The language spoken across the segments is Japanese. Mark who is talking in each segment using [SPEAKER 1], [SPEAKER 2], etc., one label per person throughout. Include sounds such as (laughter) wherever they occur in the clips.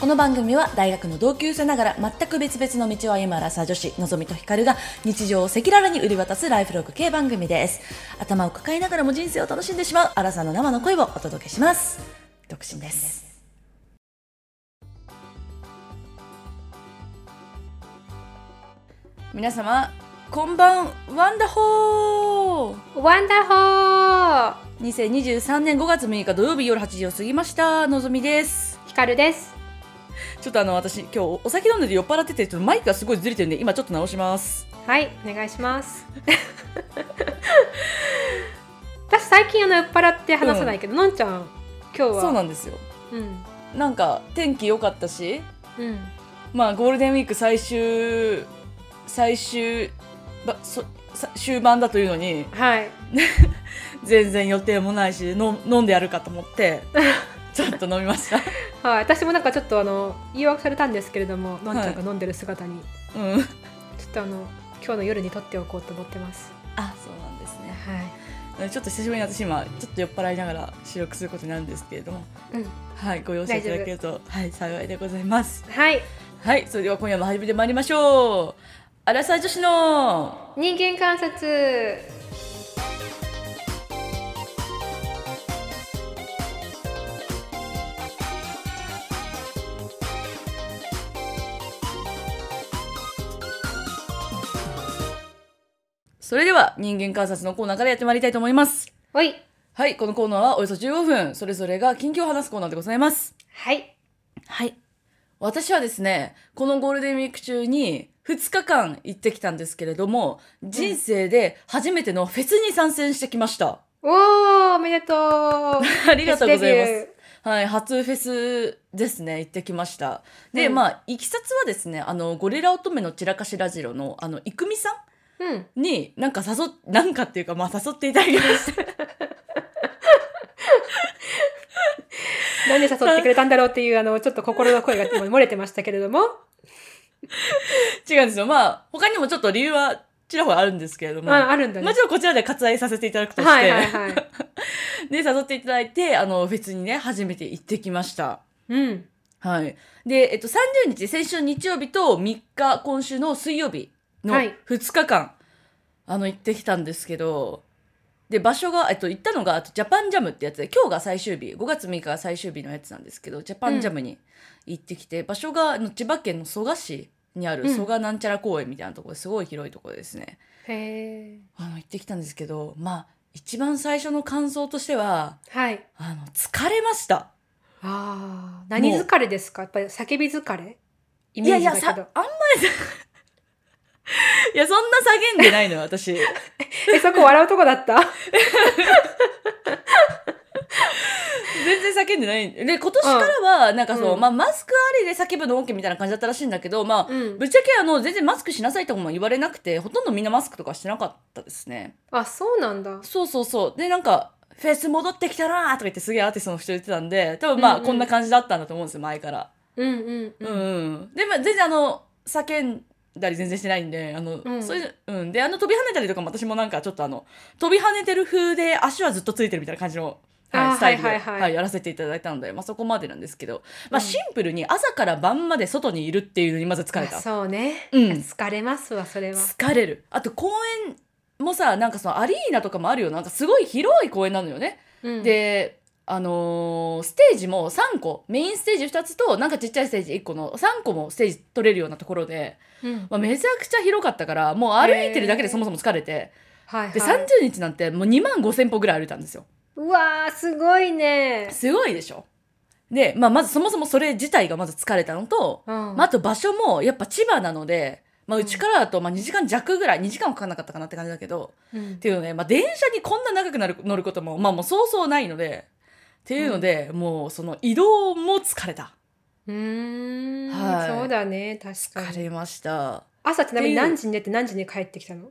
[SPEAKER 1] この番組は大学の同級生ながら全く別々の道を歩むアラサー女子のぞみとひかるが日常を赤裸々に売り渡すライフログ系番組です頭を抱えながらも人生を楽しんでしまうアラサーの生の声をお届けします独身です皆様こんばんワンダホー
[SPEAKER 2] ワンダホー
[SPEAKER 1] 2023年5月6日土曜日夜8時を過ぎましたのぞみです
[SPEAKER 2] ひかるです。
[SPEAKER 1] ちょっとあの私今日お酒飲んでて酔っ払っててちょっとマイクがすごいずれてるんで今ちょっと直します
[SPEAKER 2] はい、お願いします。 (laughs) 私最近あの酔っ払って話さないけど、のんちゃん今日は
[SPEAKER 1] そうなんですよ
[SPEAKER 2] うん
[SPEAKER 1] なんか天気良かったし
[SPEAKER 2] うん
[SPEAKER 1] まあゴールデンウィーク最終最終ばそさ終盤だというのに
[SPEAKER 2] はい
[SPEAKER 1] 全然予定もないしの飲んでやるかと思って (laughs) ちょっと飲みました
[SPEAKER 2] はい私もなんかちょっとあの誘惑されたんですけれども、のんちゃんが飲んでる姿に
[SPEAKER 1] うん
[SPEAKER 2] ちょっとあの今日の夜に撮っておこうと思ってます。
[SPEAKER 1] あそうなんですね
[SPEAKER 2] は
[SPEAKER 1] ちょっと久しぶりに私今ちょっと酔っ払いながら収録することになるんですけれども
[SPEAKER 2] い、うん、
[SPEAKER 1] はいご容赦いただけるとはい幸いでございます
[SPEAKER 2] はい
[SPEAKER 1] はいそれでは今夜も始めてまいりましょうアラサー女子の
[SPEAKER 2] 人間観察
[SPEAKER 1] それでは人間観察のコーナーからやってまいりたいと思います
[SPEAKER 2] おい
[SPEAKER 1] はいこのコーナーはおよそ15分それぞれが近況を話すコーナーでございます
[SPEAKER 2] はい
[SPEAKER 1] はい私はですねこのゴールデンウィーク中に2日間行ってきたんですけれども人生で初めてのフェスに参戦してきま (laughs) した、
[SPEAKER 2] おーおめでとうあ
[SPEAKER 1] (laughs) ありがとうございま
[SPEAKER 2] デビュ
[SPEAKER 1] す。はい、初フェスですね、行ってきました。で、
[SPEAKER 2] うん
[SPEAKER 1] まあ、いきさつはですね、あの、ゴリラ乙女の散らかしラジロの、あの、いくみさ
[SPEAKER 2] ーうん
[SPEAKER 1] んに、なんか誘っ、なんかっていうか、まあ、誘っていただきま
[SPEAKER 2] (laughs)
[SPEAKER 1] した。
[SPEAKER 2] なんで誘ってくれたんだろうっていう、あの、ちょっと心の声が今漏れてましたけれども。
[SPEAKER 1] 違うんですよ。まあ、他にもちょっと理由は、ちらほらあるんですけれども、
[SPEAKER 2] あ、あるんだ
[SPEAKER 1] まあ、
[SPEAKER 2] ね
[SPEAKER 1] ち。ょっとこちらで割愛させていただくとして、
[SPEAKER 2] はいは
[SPEAKER 1] (laughs)
[SPEAKER 2] いはい。
[SPEAKER 1] で、誘っていただいて、あの、フェスにね、初めて行ってきました。
[SPEAKER 2] うん。
[SPEAKER 1] はい。で、えっと、30日、先週日曜日と3日、今週の水曜日の
[SPEAKER 2] はい
[SPEAKER 1] 2日間、あの、行ってきたんですけど、で、場所が、えっと、行ったのが、あとジャパンジャムってやつで、今日が最終日、5月6日が最終日のやつなんですけど、ジャパンジャムに行ってきて、場所があの千葉県の蘇我市にある
[SPEAKER 2] うん
[SPEAKER 1] 蘇我なんちゃら公園みたいなところですごい広いところですね。
[SPEAKER 2] へえ。
[SPEAKER 1] あの、行ってきたんですけど、まあ、一番最初の感想としては、
[SPEAKER 2] はい。
[SPEAKER 1] あの、疲れました。
[SPEAKER 2] ああ、何疲れですかやっぱり叫び疲れイ
[SPEAKER 1] い
[SPEAKER 2] メ
[SPEAKER 1] や
[SPEAKER 2] ー
[SPEAKER 1] い
[SPEAKER 2] ジ
[SPEAKER 1] や
[SPEAKER 2] だ
[SPEAKER 1] さあ (laughs)
[SPEAKER 2] け
[SPEAKER 1] んま
[SPEAKER 2] ど。
[SPEAKER 1] りいやそんな叫んでないのよ
[SPEAKER 2] (laughs)
[SPEAKER 1] 私い
[SPEAKER 2] え、そこ笑うとこだった
[SPEAKER 1] 全然叫んでないで今年からはなんかそう、
[SPEAKER 2] うん
[SPEAKER 1] まあ、マスクありで叫ぶの OK みたいな感じだったらしいんだけどまあ、
[SPEAKER 2] うん
[SPEAKER 1] ぶ。っちゃけあの全然マスクしなさいとかも言われなくてほとんどみんなマスクとかしてなかったですね
[SPEAKER 2] あ、そうなんだ。
[SPEAKER 1] そうそうそうでなんかフェス戻ってきたなーとか言ってすげえアーティストの人言ってたんで多分まあ、
[SPEAKER 2] うんうん
[SPEAKER 1] こんな感じだったんだと思うんですよ前から
[SPEAKER 2] うんうん
[SPEAKER 1] うん、
[SPEAKER 2] うん。
[SPEAKER 1] うん、で、まあ、全然あの叫んだり全然してないんであの、
[SPEAKER 2] うん
[SPEAKER 1] そういううんであの飛び跳ねたりとかも私もなんかちょっとあの飛び跳ねてる風で足はずっとついてるみたいな感じの、
[SPEAKER 2] あ
[SPEAKER 1] は
[SPEAKER 2] ー
[SPEAKER 1] い、スタイルで、は
[SPEAKER 2] はいいはいはい
[SPEAKER 1] やらせていただいたので、まあ、そこまでなんですけど、まあ、
[SPEAKER 2] うん
[SPEAKER 1] シンプルに朝から晩まで外にいるっていうのにまず疲れた
[SPEAKER 2] あそうね。
[SPEAKER 1] うん
[SPEAKER 2] 疲れますわ、それは。
[SPEAKER 1] 疲れるあと公園もさなんかそのアリーナとかもあるよなんかすごい広い公園なのよね
[SPEAKER 2] うん、
[SPEAKER 1] で、あのーステージも3個メインステージ2つとなんかちっちゃいステージ1個の3個もステージ取れるようなところで、
[SPEAKER 2] うん。
[SPEAKER 1] まあ、めちゃくちゃ広かったからもう歩いてるだけでそもそも疲れて、
[SPEAKER 2] はい、
[SPEAKER 1] で
[SPEAKER 2] は
[SPEAKER 1] 30
[SPEAKER 2] い。
[SPEAKER 1] 日なんてもう2万5,000歩ぐらい歩いたんですよ。
[SPEAKER 2] うわー、すごいね。
[SPEAKER 1] すごいでしょで、まあ、まずそもそもそれ自体がまず疲れたのと、
[SPEAKER 2] うん。
[SPEAKER 1] まあ、あと場所もやっぱ千葉なので。まあ、うちからだと、まあ、2時間弱ぐらい、2時間もかかんなかったかなって感じだけど、
[SPEAKER 2] うん
[SPEAKER 1] っていうので、まあ、電車にこんな長くなる乗ることも、まあ、もうそうそうないのでっていうので、もうその移動も疲れた
[SPEAKER 2] うーん、
[SPEAKER 1] はい
[SPEAKER 2] そうだね、確か
[SPEAKER 1] 疲
[SPEAKER 2] に。
[SPEAKER 1] れました
[SPEAKER 2] 朝ちなみに
[SPEAKER 1] っていう
[SPEAKER 2] 何時に出て何時に帰ってきたの、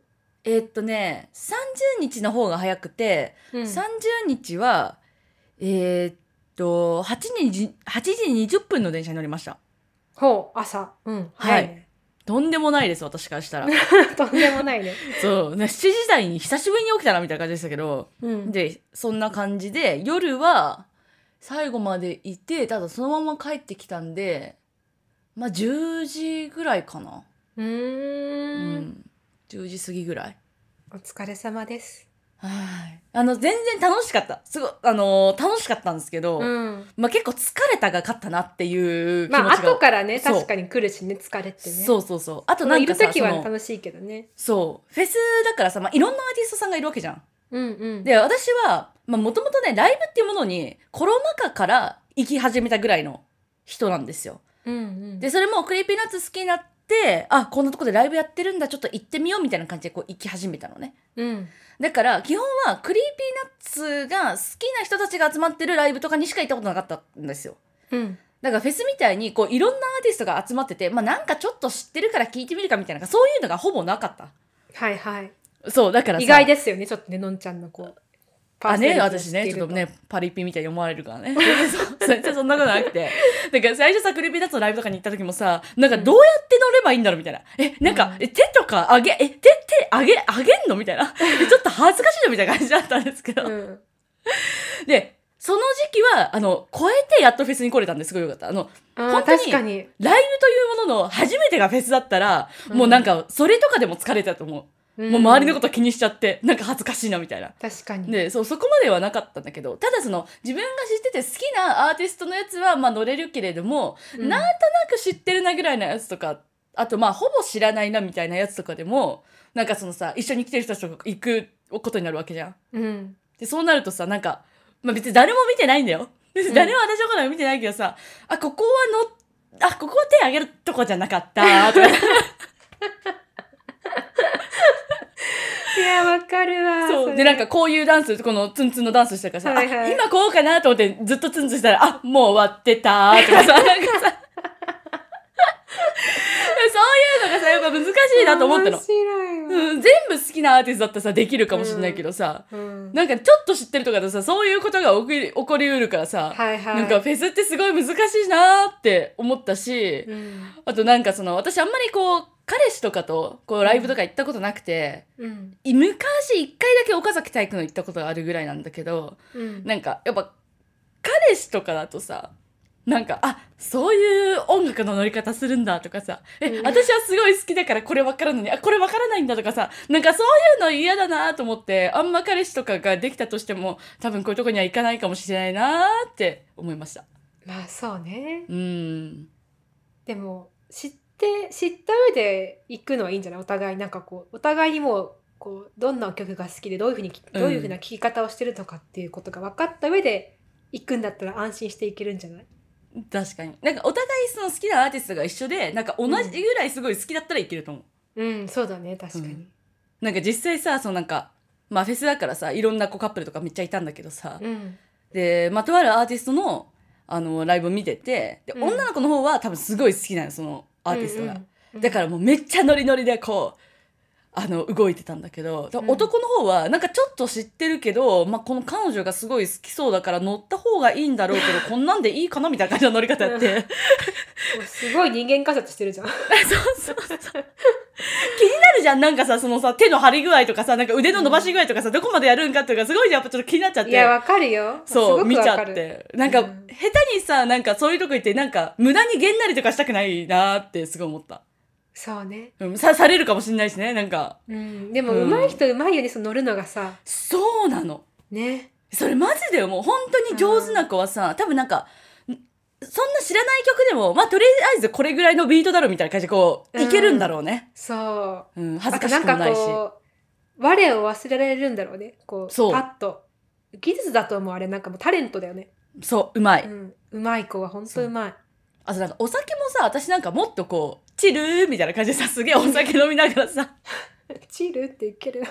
[SPEAKER 1] えっとね30日の方が早くて、
[SPEAKER 2] うん
[SPEAKER 1] 30日はえーっと8時 ,8 時20分の電車に乗りました
[SPEAKER 2] ほう、朝。うん、
[SPEAKER 1] は
[SPEAKER 2] 早
[SPEAKER 1] い
[SPEAKER 2] いね。
[SPEAKER 1] とんでもないです私から (laughs) したら
[SPEAKER 2] (laughs) とんでもないね。
[SPEAKER 1] そうね7時台に久しぶりに起きたなみたいな感じでしたけど
[SPEAKER 2] うん、
[SPEAKER 1] でそんな感じで夜は最後までいてただそのまま帰ってきたんでまあ10時ぐらいかな、
[SPEAKER 2] う
[SPEAKER 1] う
[SPEAKER 2] ーん。
[SPEAKER 1] ん、10時過ぎぐらい
[SPEAKER 2] お疲れ様です。
[SPEAKER 1] はいあの全然楽しかったすごいあのー楽しかったんですけど、
[SPEAKER 2] うん。
[SPEAKER 1] まあ、結構疲れたが勝ったなっていう気持ちが、
[SPEAKER 2] まあ、後からね、
[SPEAKER 1] そう
[SPEAKER 2] 確かに来るしね、疲れてね。。
[SPEAKER 1] そううそうそうあと
[SPEAKER 2] ま
[SPEAKER 1] な
[SPEAKER 2] あ、
[SPEAKER 1] いんか
[SPEAKER 2] る
[SPEAKER 1] さ
[SPEAKER 2] 時は
[SPEAKER 1] その
[SPEAKER 2] 楽しいけどね。
[SPEAKER 1] そうフェスだからさ、まあ、いろんなアーティストさんがいるわけじゃん
[SPEAKER 2] うんうん。
[SPEAKER 1] で私はもともとねライブっていうものにコロナ禍から行き始めたぐらいの人なんですよ
[SPEAKER 2] うんうん。
[SPEAKER 1] でそれもクリーピーナッツ好きになってあこんなとこでライブやってるんだちょっと行ってみようみたいな感じでこう行き始めたのね
[SPEAKER 2] うん。
[SPEAKER 1] だから基本はクリーピーナッツが好きな人たちが集まってるライブとかにしか行ったことなかったんですよ
[SPEAKER 2] うん。
[SPEAKER 1] だからフェスみたいにこういろんなアーティストが集まってて、まあ、なんかちょっと知ってるから聞いてみるかみたいなそういうのがほぼなかっ
[SPEAKER 2] はいはい。
[SPEAKER 1] たそうだからさ
[SPEAKER 2] 意外ですよね、ちょっとね、のんちゃんのこう。
[SPEAKER 1] あね、
[SPEAKER 2] パーセ
[SPEAKER 1] 私
[SPEAKER 2] ンテー
[SPEAKER 1] ね、
[SPEAKER 2] ジ
[SPEAKER 1] ち
[SPEAKER 2] を知ている
[SPEAKER 1] ょっと。ね、パリピみたいに思われるから
[SPEAKER 2] (laughs)
[SPEAKER 1] ね。そう全然そんなことなくて。だから最初さ、クリーピーナッツのライブとかに行った時もさ、なんかどうやって乗ればいいんだろうみたいな。え、なんか、
[SPEAKER 2] うん
[SPEAKER 1] え手とか上げ、え、手、手、上げ、上げんのみたい
[SPEAKER 2] (laughs)
[SPEAKER 1] な。えちょっと恥ずかしいのみたいな感じだったんですけど。
[SPEAKER 2] うん。
[SPEAKER 1] で、その時期は、あの、超えてやっとフェスに来れたんですごいよかった。あの、
[SPEAKER 2] あ
[SPEAKER 1] 本
[SPEAKER 2] ー
[SPEAKER 1] 当に
[SPEAKER 2] 確かに。。
[SPEAKER 1] ライブというものの初めてがフェスだったら、もうなんか、それとかでも疲れたと思う。もう周りのことと気にしちゃって、なんか恥ずかしいなみたいな。
[SPEAKER 2] 確かに。
[SPEAKER 1] でそうそこまではなかったんだけどただその自分が知ってて好きなアーティストのやつはまあ乗れるけれども、
[SPEAKER 2] うん
[SPEAKER 1] なんとなく知ってるなぐらいのやつとかあとまあほぼ知らないなみたいなやつとかでもなんかそのさ一緒に来てる人たちと行くことになるわけじゃん。
[SPEAKER 2] うん。
[SPEAKER 1] でそうなるとさなんか、まあ、別に誰も見てないんだよ。別に誰も私のことは見てないけどさ、あここはのあここは手挙げるとこじゃなかったとか
[SPEAKER 2] いや、わかるわ。
[SPEAKER 1] そう
[SPEAKER 2] れ
[SPEAKER 1] でなんかこういうダンスこのツンツンのダンスしてるからさ、
[SPEAKER 2] はいは
[SPEAKER 1] あ
[SPEAKER 2] い
[SPEAKER 1] 今こうかなと思ってずっとツンツンしたらあもう終わってたとかさなんかさそういうのがさやっぱ難しいなと思ったの
[SPEAKER 2] 面、白いわ。
[SPEAKER 1] うん、全部好きなアーティストだったらさできるかもしれないけどさ、
[SPEAKER 2] うん
[SPEAKER 1] なんかちょっと知ってるとかだとさそういうことが起こり起こりうるからさ、
[SPEAKER 2] はいはい。
[SPEAKER 1] なんかフェスってすごい難しいなーって思ったし、
[SPEAKER 2] うん
[SPEAKER 1] あとなんかその私あんまりこう彼氏とかとこうライブとか行ったことなくて。
[SPEAKER 2] うん
[SPEAKER 1] 昔一回だけ岡崎体育の行ったことがあるぐらいなんだけど
[SPEAKER 2] うん
[SPEAKER 1] なんかやっぱ彼氏とかだとさなんかあそういう音楽の乗り方するんだとかさえ
[SPEAKER 2] うん
[SPEAKER 1] 私はすごい好きだからこれ分からんのにあこれ分からないんだとかさなんかそういうの嫌だなと思ってあんま彼氏とかができたとしても多分こういうとこには行かないかもしれないなって思いました
[SPEAKER 2] まあそうね
[SPEAKER 1] う。ーん
[SPEAKER 2] でも知って知った上で行くのはいいんじゃないお互いなんかこうお互いにもうこうどんな曲が好きでどういうふうに
[SPEAKER 1] うん
[SPEAKER 2] どういうふうな聴き方をしてるとかっていうことが分かった上で行くんだったら安心して行けるんじゃない？
[SPEAKER 1] 確かになんかお互いその好きなアーティストが一緒でなんか同じぐらいすごい好きだったらいけると思う、
[SPEAKER 2] うんそうだね確か
[SPEAKER 1] う
[SPEAKER 2] に
[SPEAKER 1] ん。なんか実際さそのなんかまあフェスだからさいろんなこうカップルとかめっちゃいたんだけどさ、
[SPEAKER 2] うん
[SPEAKER 1] でまあとあるアーティストのあのライブを見ててで、
[SPEAKER 2] うん
[SPEAKER 1] 女の子の方は多分すごい好きなのそのアーティストが、
[SPEAKER 2] うんうん
[SPEAKER 1] だからもうめっちゃノリノリでこうあの動いてたんだけどで
[SPEAKER 2] うん
[SPEAKER 1] 男の方はなんかちょっと知ってるけど、まあ、この彼女がすごい好きそうだから乗った方がいいんだろうけどこんなんでいいかなみたいな感じの乗り方やって
[SPEAKER 2] もうすごい人間観察してるじゃん。
[SPEAKER 1] そうそうそう気になるじゃんなんかさそのさ手の張り具合とかさなんか腕の伸ばし具合とかさ、どこまでやるんかとかすごいやっぱちょっと気になっちゃって
[SPEAKER 2] いやわかるよ。
[SPEAKER 1] そう、
[SPEAKER 2] すご
[SPEAKER 1] 見
[SPEAKER 2] く
[SPEAKER 1] ち
[SPEAKER 2] わ
[SPEAKER 1] ゃ
[SPEAKER 2] か
[SPEAKER 1] っ
[SPEAKER 2] る。
[SPEAKER 1] て。なんか、
[SPEAKER 2] うん
[SPEAKER 1] 下手にさ、なんかそういうとこ行って、なんか、無駄にげんなりとかしたくないなーってすごい思った。
[SPEAKER 2] そうね。
[SPEAKER 1] うん、さ、されるかもしんないしね、なんか。
[SPEAKER 2] うんでも上手い人上手いよねその乗るのがさ
[SPEAKER 1] そうなの。
[SPEAKER 2] ね。
[SPEAKER 1] それマジでもう本当に上手な子はさ、多分なんか、んそんな知らない曲でも、まあ、とりあえずこれぐらいのビートだろうみたいな感じでこう、
[SPEAKER 2] うん
[SPEAKER 1] いけるんだろうね。
[SPEAKER 2] そう。
[SPEAKER 1] うん、恥ずかしくもな
[SPEAKER 2] あ
[SPEAKER 1] いし。
[SPEAKER 2] とんかこう我を忘れられるんだろうねこう
[SPEAKER 1] そう
[SPEAKER 2] パッと技術だと思うあれなんかもうタレントだよね、
[SPEAKER 1] そう、うまい。
[SPEAKER 2] うん、うまい子は本当
[SPEAKER 1] (laughs)
[SPEAKER 2] うまい
[SPEAKER 1] あとなんかお酒もさ、私なんかもっとこう、チルーみたいな感じでさ、すげえお酒飲みながら
[SPEAKER 2] (laughs)
[SPEAKER 1] さ、
[SPEAKER 2] チルっていける、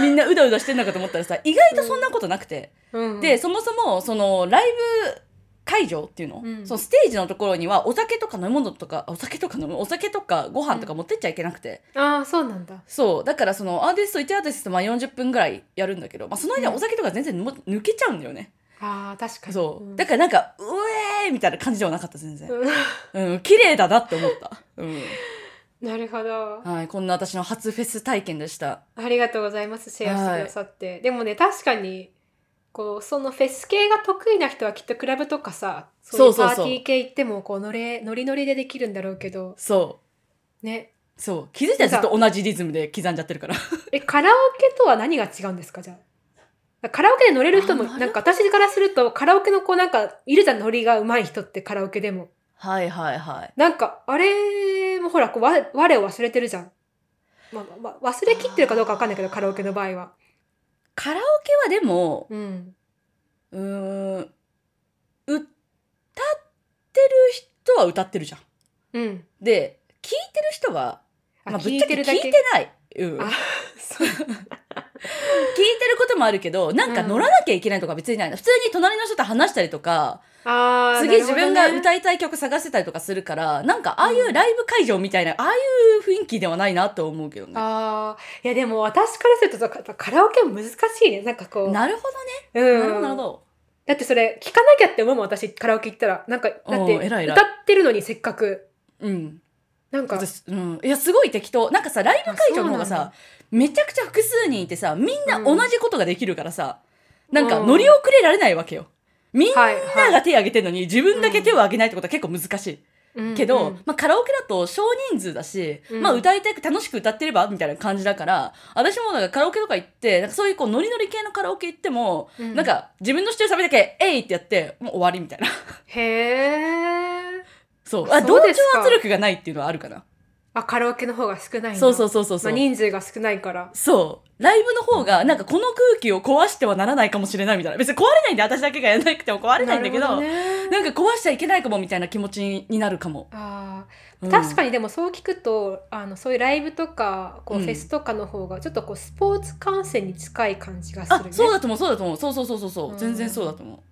[SPEAKER 1] みんなうだうだしてんのかと思ったらさ、意外とそんなことなくて。
[SPEAKER 2] うん、
[SPEAKER 1] でそもそもそのライブ会場っていうの,、
[SPEAKER 2] うん
[SPEAKER 1] そのステージのところにはお酒とか飲み物とかお酒とか飲むお酒とかご飯とか持ってっちゃいけなくて、
[SPEAKER 2] ああそうなんだ
[SPEAKER 1] そうだからそのアーティスト1アーティストまあ40分ぐらいやるんだけど、まあ、その間
[SPEAKER 2] うん
[SPEAKER 1] お酒とか全然も抜けちゃうんだよね、
[SPEAKER 2] あー確かに
[SPEAKER 1] そう、
[SPEAKER 2] ん
[SPEAKER 1] だからなんか「うえー!」みたいな感じではなかった全然
[SPEAKER 2] うん (laughs)
[SPEAKER 1] うん綺麗だなって思った、うん
[SPEAKER 2] なるほど
[SPEAKER 1] はい、こんな私の初フェス体験でした
[SPEAKER 2] ありがとうございますシェアしてくださって、でもね確かにこうそのフェス系が得意な人はきっとクラブとかさ
[SPEAKER 1] そ
[SPEAKER 2] そうういう
[SPEAKER 1] そ
[SPEAKER 2] パ
[SPEAKER 1] うそう
[SPEAKER 2] ーティー系行ってもこうノレノリノリでできるんだろうけど
[SPEAKER 1] そ
[SPEAKER 2] ね
[SPEAKER 1] う。そう。気づいたらずっと同じリズムで刻んじゃってるから。
[SPEAKER 2] えカラオケとは何が違うんですかじゃあカラオケで乗れる人も
[SPEAKER 1] あなるほど
[SPEAKER 2] なんか私からするとカラオケのこうなんかいるじゃんノリが上手い人ってカラオケでも
[SPEAKER 1] はいはいはい。
[SPEAKER 2] なんかあれもほらこうわ我を忘れてるじゃん、まあまあ、忘れきってるかどうかわかんないけどカラオケの場合は
[SPEAKER 1] カラオケはでも、
[SPEAKER 2] うん
[SPEAKER 1] うーん、歌ってる人は歌ってるじゃん。
[SPEAKER 2] うん
[SPEAKER 1] で、聞いてる人は、
[SPEAKER 2] あ、
[SPEAKER 1] まあ、ぶ
[SPEAKER 2] 聞
[SPEAKER 1] っ
[SPEAKER 2] い
[SPEAKER 1] ちゃけ
[SPEAKER 2] てる
[SPEAKER 1] 聞
[SPEAKER 2] だ
[SPEAKER 1] い
[SPEAKER 2] け
[SPEAKER 1] てない。うん、聞い
[SPEAKER 2] あそう
[SPEAKER 1] てることもあるけどなんか乗らなきゃいけないとか別にないの普通に隣の人と話したりとか、
[SPEAKER 2] あー
[SPEAKER 1] 次
[SPEAKER 2] なる
[SPEAKER 1] 自
[SPEAKER 2] ほどね
[SPEAKER 1] 分が歌いたい曲探してたりとかするからなんかああいうライブ会場みたいな、ああいう雰囲気ではないなと思うけどね。
[SPEAKER 2] ああ、いやでも私からするとさかカラオケも難しいね。なんかこう。
[SPEAKER 1] なるほ
[SPEAKER 2] う
[SPEAKER 1] ど
[SPEAKER 2] ん、
[SPEAKER 1] ね。なるほどなるほど。
[SPEAKER 2] だってそれ聞かなきゃって思うもん、私カラオケ行ったら。なんか、だっ
[SPEAKER 1] おー
[SPEAKER 2] て
[SPEAKER 1] 偉い偉い
[SPEAKER 2] 歌ってるのにせっかく。
[SPEAKER 1] うん、
[SPEAKER 2] なんか、
[SPEAKER 1] 私うん、いやすごい適当なんかさライブ会場の方が
[SPEAKER 2] あそうな
[SPEAKER 1] さ
[SPEAKER 2] んだ
[SPEAKER 1] めちゃくちゃ複数人いてさみんな同じことができるからさ、
[SPEAKER 2] ん
[SPEAKER 1] なんか
[SPEAKER 2] うん
[SPEAKER 1] 乗り遅れられないわけよみんな
[SPEAKER 2] はい、はい。
[SPEAKER 1] が手挙げてるのに自分だけ手を挙げないってことは結構難しい、
[SPEAKER 2] うん
[SPEAKER 1] けど、
[SPEAKER 2] うん
[SPEAKER 1] まあ、カラオケだと少人数だし、
[SPEAKER 2] うん
[SPEAKER 1] まあ、歌いたく楽しく歌ってればみたいな感じだから私もなんかカラオケとか行ってなんかそういうこうノリノリ系のカラオケ行っても、
[SPEAKER 2] うん
[SPEAKER 1] なんか自分の知ってるサビだけ「えい!」ってやってもう終わりみたいな
[SPEAKER 2] へえ。
[SPEAKER 1] そうあ
[SPEAKER 2] そう
[SPEAKER 1] 同調
[SPEAKER 2] ですか
[SPEAKER 1] 圧力がないっていうのはあるかな
[SPEAKER 2] あ、カラオケの方が少ないんだ
[SPEAKER 1] そうそうそうそうそう、
[SPEAKER 2] まあ、人数が少ないから。
[SPEAKER 1] そうライブの方がなんかこの空気を壊してはならないかもしれないみたいな別に壊れないんで私だけがやらなくても壊れないんだけどな
[SPEAKER 2] るほね
[SPEAKER 1] んか壊しちゃいけないかもみたいな気持ちにになるかも、
[SPEAKER 2] あー確かにでもそう聞くと、あのそういうライブとかこう
[SPEAKER 1] う
[SPEAKER 2] フ
[SPEAKER 1] ん
[SPEAKER 2] ェスとかの方がちょっとこうスポーツ観戦に近い感じがする
[SPEAKER 1] あ
[SPEAKER 2] ね。
[SPEAKER 1] そうだと思うそうだと思うそうそうそうそうそう、
[SPEAKER 2] うん
[SPEAKER 1] 全然そうだと思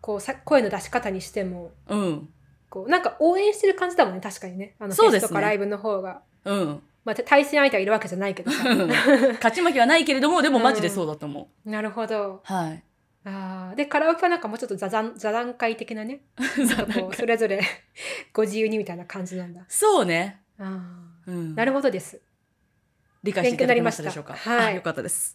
[SPEAKER 2] こうさ声の出し方にしても
[SPEAKER 1] ううん
[SPEAKER 2] こうなんか応援してる感じだもんね確かにねあの
[SPEAKER 1] そう
[SPEAKER 2] フ
[SPEAKER 1] で
[SPEAKER 2] ェ
[SPEAKER 1] すね
[SPEAKER 2] スとかライブの方が、
[SPEAKER 1] うん (laughs)
[SPEAKER 2] まあ、た対戦相手がいるわけじゃないけどさ
[SPEAKER 1] 勝ち負けはないけれどもでもマジでそうだと思う、
[SPEAKER 2] なるほど
[SPEAKER 1] はい
[SPEAKER 2] あーでカラオケはなんかもうちょっと座談座談会的
[SPEAKER 1] (laughs)
[SPEAKER 2] なね
[SPEAKER 1] そうなんか
[SPEAKER 2] こうそれぞれ (laughs) ご自由にみたいな感じなんだ
[SPEAKER 1] そうね、
[SPEAKER 2] あ
[SPEAKER 1] う
[SPEAKER 2] ー
[SPEAKER 1] ん、
[SPEAKER 2] なるほどです
[SPEAKER 1] 理解していただけましたでしょうか
[SPEAKER 2] 勉強になりましたはい
[SPEAKER 1] あよかったです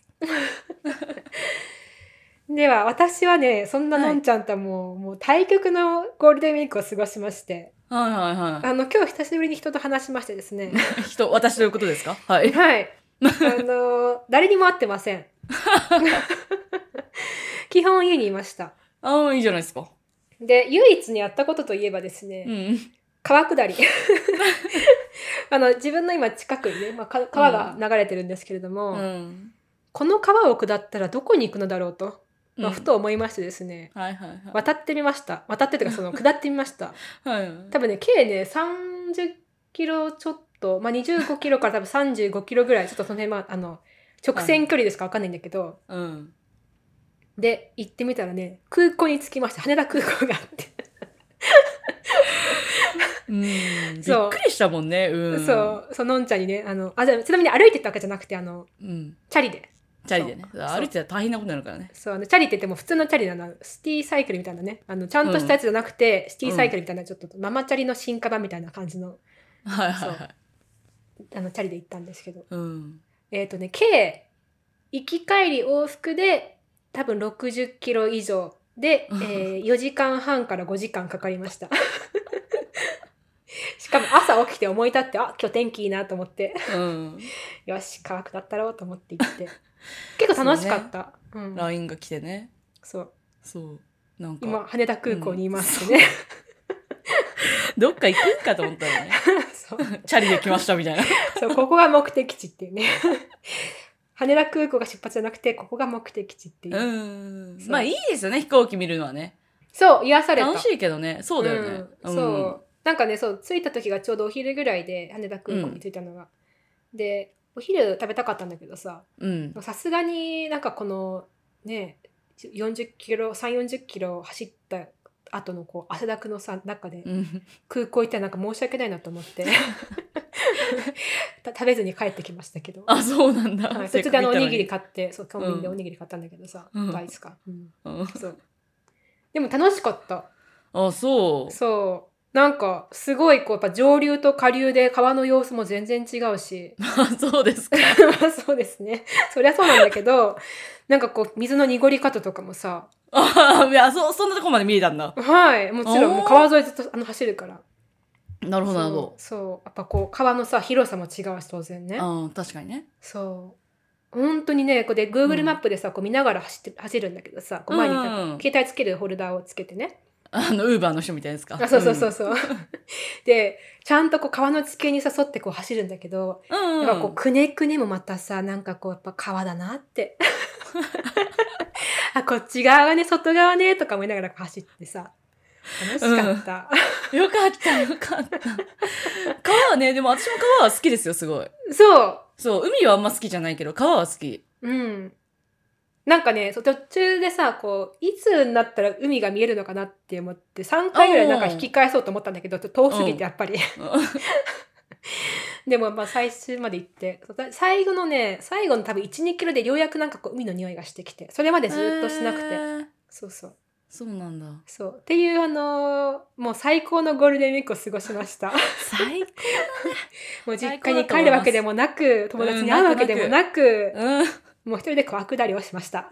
[SPEAKER 2] では私はねそんな
[SPEAKER 1] はい
[SPEAKER 2] のんちゃんとはもう,、もう対局のゴールデンウィークを過ごしまして
[SPEAKER 1] はいはいは
[SPEAKER 2] あの今日久しぶりに人と話しましてですね
[SPEAKER 1] い (laughs) 人私ということですかはい (laughs)
[SPEAKER 2] はい。あの、誰にも会ってません。基本家にいました。
[SPEAKER 1] ああいいじゃないですか
[SPEAKER 2] で、唯一にやったことといえばですね、
[SPEAKER 1] うん
[SPEAKER 2] 川下り。 (laughs) あの、自分の今近くにね、まあ、か川が流れてるんですけれども、
[SPEAKER 1] うん
[SPEAKER 2] この川を下ったらどこに行くのだろうと、まあ、
[SPEAKER 1] うん
[SPEAKER 2] ふと思いましてですね、
[SPEAKER 1] はいはいはい
[SPEAKER 2] 渡ってみました。渡ってという
[SPEAKER 1] (laughs)
[SPEAKER 2] か、その、下ってみました。
[SPEAKER 1] はい
[SPEAKER 2] 多分ね、計ね、30キロちょっと、まあ、25キロから多分35キロぐらい、ちょっとその辺、まあ、あの、直線距離ですかわかんないんだけど、
[SPEAKER 1] うん、
[SPEAKER 2] で行ってみたらね空港に着きました羽田空港があって、
[SPEAKER 1] うん、びっ
[SPEAKER 2] そう
[SPEAKER 1] くりしたもんねうん
[SPEAKER 2] そうそうのんちゃんにねあのあじゃあちなみに歩いてったわけじゃなくてあの
[SPEAKER 1] う、ん、
[SPEAKER 2] チャリで
[SPEAKER 1] チャリでね
[SPEAKER 2] そう
[SPEAKER 1] 歩いてたら大変なことになるからね
[SPEAKER 2] そうあのチャリって言っても普通のチャリなのシティサイクルみたいなねあのちゃんとしたやつじゃなくて、シティサイクルみたいなちょっとママチャリの進化版みたいな感じの
[SPEAKER 1] はいはいはい
[SPEAKER 2] あのチャリで行ったんですけど
[SPEAKER 1] うん
[SPEAKER 2] えっ、とね計行き帰り往復で多分60キロ以上で、えー4時間半から5時間かかりました (laughs) しかも朝起きて思い立ってあ今日天気いいなと思って
[SPEAKER 1] うん
[SPEAKER 2] よし川下ったろうと思って行 (laughs) って結構楽しかったう,、ん、
[SPEAKER 1] LINE が来てね
[SPEAKER 2] そう
[SPEAKER 1] そうなんか
[SPEAKER 2] 今羽田空港にいますね、
[SPEAKER 1] どっか行くんかと思ったよね (laughs)
[SPEAKER 2] (laughs) そう
[SPEAKER 1] チャリで来ましたみたいな
[SPEAKER 2] そうここが目的地っていうね (laughs) 羽田空港が出発じゃなくてここが目的地っていう、
[SPEAKER 1] うん
[SPEAKER 2] そう
[SPEAKER 1] まあいいですよね飛行機見るのはね
[SPEAKER 2] そう癒された
[SPEAKER 1] 楽しいけどねそうだよね、
[SPEAKER 2] うん
[SPEAKER 1] ん
[SPEAKER 2] そうなんかねそう着いた時がちょうどお昼ぐらいで羽田空港に着いたのが、でお昼食べたかったんだけどさ
[SPEAKER 1] うん
[SPEAKER 2] さすがになんかこのね40キロ3 4 0キロ走った後のこう汗だくのさ中で
[SPEAKER 1] うん
[SPEAKER 2] 空港行ったらなんか申し訳ないなと思って
[SPEAKER 1] (laughs)
[SPEAKER 2] た食べずに帰ってきましたけど、
[SPEAKER 1] あそうなんだ、
[SPEAKER 2] はい、
[SPEAKER 1] せ
[SPEAKER 2] 途
[SPEAKER 1] っか
[SPEAKER 2] 中
[SPEAKER 1] く行った
[SPEAKER 2] であのおに
[SPEAKER 1] に
[SPEAKER 2] ぎり買ってそうコンビニで
[SPEAKER 1] うん
[SPEAKER 2] おにぎり買ったんだけどさ、
[SPEAKER 1] うん
[SPEAKER 2] 大好きか、うん
[SPEAKER 1] うん
[SPEAKER 2] そうでも楽しかった
[SPEAKER 1] あそう (laughs)
[SPEAKER 2] そうなんか、すごい、こう、やっぱ上流と下流で川の様子も全然違う
[SPEAKER 1] (laughs)
[SPEAKER 2] し。
[SPEAKER 1] そうですか。
[SPEAKER 2] まあそうですね。そりゃそうなんだけど、なんかこう、水の濁り方とかもさ、
[SPEAKER 1] ああ、いや、そ、そんなとこまで見えたんだ。
[SPEAKER 2] はい、もちろん、もう川沿いずっとあの走るから。
[SPEAKER 1] なるほど、なる
[SPEAKER 2] そ
[SPEAKER 1] ほ
[SPEAKER 2] うそう。やっぱこう、川のさ、広さも違うし、当然ね。
[SPEAKER 1] ど。うん、確かにね。
[SPEAKER 2] そう。本当にね、こうで、
[SPEAKER 1] う
[SPEAKER 2] Google
[SPEAKER 1] ん
[SPEAKER 2] マップでさ、こう見ながら走って、走るんだけどさ、こう前にさ、
[SPEAKER 1] うん
[SPEAKER 2] 携帯つけるホルダーをつけてね。
[SPEAKER 1] あの、ウーバーの人みたいですか。
[SPEAKER 2] あ、そうそうそうそう。 (laughs) で、ちゃんとこう川の地形に沿ってこう走るんだけど、
[SPEAKER 1] うん。うん。
[SPEAKER 2] やっぱこうくねくねもまたさ、なんかこうやっぱ川だなって。 (laughs) あ、こっち側がね、外側ね、とか思いながらこう走ってさ、楽しかった。
[SPEAKER 1] よかった、よかった。川はね、でも私も川は好きですよ、すごい。
[SPEAKER 2] そう。
[SPEAKER 1] そう、海はあんま好きじゃないけど、川は好き。
[SPEAKER 2] うん。なんかね、そう途中でさ、こう、いつになったら海が見えるのかなって思って、3回ぐらいなんか引き返そうと思ったんだけど、ちょっと遠すぎてやっぱり。 (laughs) でもまあ最終まで行って、そうだ最後のね、最後の多分1、2キロでようやくなんかこう海の匂いがしてきて、それまで (laughs) ずっとしなくて。
[SPEAKER 1] えー
[SPEAKER 2] そうそう。
[SPEAKER 1] そうなんだ。
[SPEAKER 2] そう。っていうあのーもう最高のゴールデンウィークを過ごし
[SPEAKER 1] (laughs)
[SPEAKER 2] ました。
[SPEAKER 1] 最高。
[SPEAKER 2] もう実
[SPEAKER 1] 最高
[SPEAKER 2] 家
[SPEAKER 1] だ
[SPEAKER 2] に
[SPEAKER 1] と思
[SPEAKER 2] 帰
[SPEAKER 1] います
[SPEAKER 2] るわけでもなく、友達に会うわけでもなく、
[SPEAKER 1] う
[SPEAKER 2] もう一人で川下りをしました。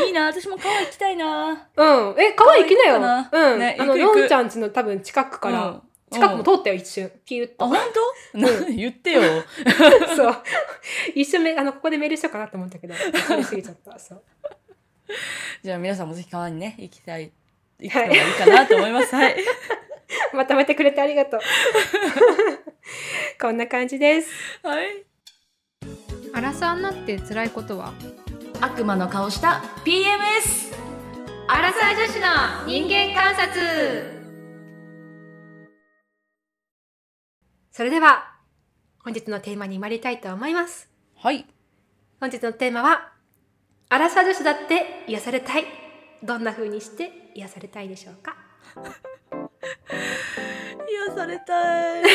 [SPEAKER 1] ん。いいな、私も川行きたいな。
[SPEAKER 2] うん。え、川行きなよ。
[SPEAKER 1] 川行こうかな
[SPEAKER 2] うん。
[SPEAKER 1] ね
[SPEAKER 2] あの、
[SPEAKER 1] 行く行く
[SPEAKER 2] のんちゃんちの多分近くから、
[SPEAKER 1] うん、
[SPEAKER 2] 近くも
[SPEAKER 1] うん
[SPEAKER 2] 通ったよ、一瞬。ピューッ
[SPEAKER 1] あ、
[SPEAKER 2] と。
[SPEAKER 1] 本当？な (laughs) 言ってよ。
[SPEAKER 2] (laughs) そう。一瞬め、あの、ここでメールしようかなと思ったけど、それ過ぎちゃった。そう。
[SPEAKER 1] じゃあ皆さんもぜひ川にね、行きたい。行くのもいいかなと思い
[SPEAKER 2] (laughs)
[SPEAKER 1] ます。はい。
[SPEAKER 2] まとめてくれてありがとう。 (laughs) こんな感じです。
[SPEAKER 1] はい。
[SPEAKER 2] アラサーになって辛いことは
[SPEAKER 1] 悪魔の顔した PMS。
[SPEAKER 2] アラサー女子の人間観察それでは、本日のテーマに参りたいと思います。
[SPEAKER 1] はい。
[SPEAKER 2] 本日のテーマは「アラサー女子だって癒されたい」どんな風にして癒されたいでしょうか
[SPEAKER 1] 癒されたい。
[SPEAKER 2] い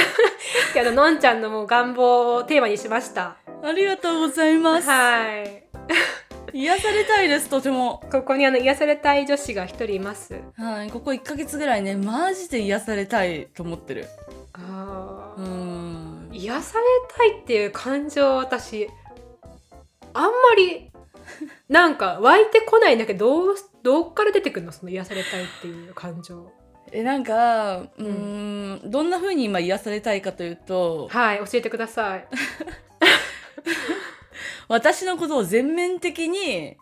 [SPEAKER 2] やあののんちゃんのもう願望をテーマにしました
[SPEAKER 1] ありがとうございます。
[SPEAKER 2] はい
[SPEAKER 1] 癒されたいです。とても。
[SPEAKER 2] ここにあの癒されたい女子が一人います
[SPEAKER 1] はい。ここ1ヶ月ぐらいね、マジで癒されたいと思ってる。
[SPEAKER 2] あ
[SPEAKER 1] うーん。
[SPEAKER 2] 癒されたいっていう感情私あんまりなんか湧いてこないんだけどどうどっから出てくるのその癒されたいっていう感情
[SPEAKER 1] え、なんか、うーん、どんな風に今癒されたいかというと、
[SPEAKER 2] はい教えてください
[SPEAKER 1] 私のことを全面的に、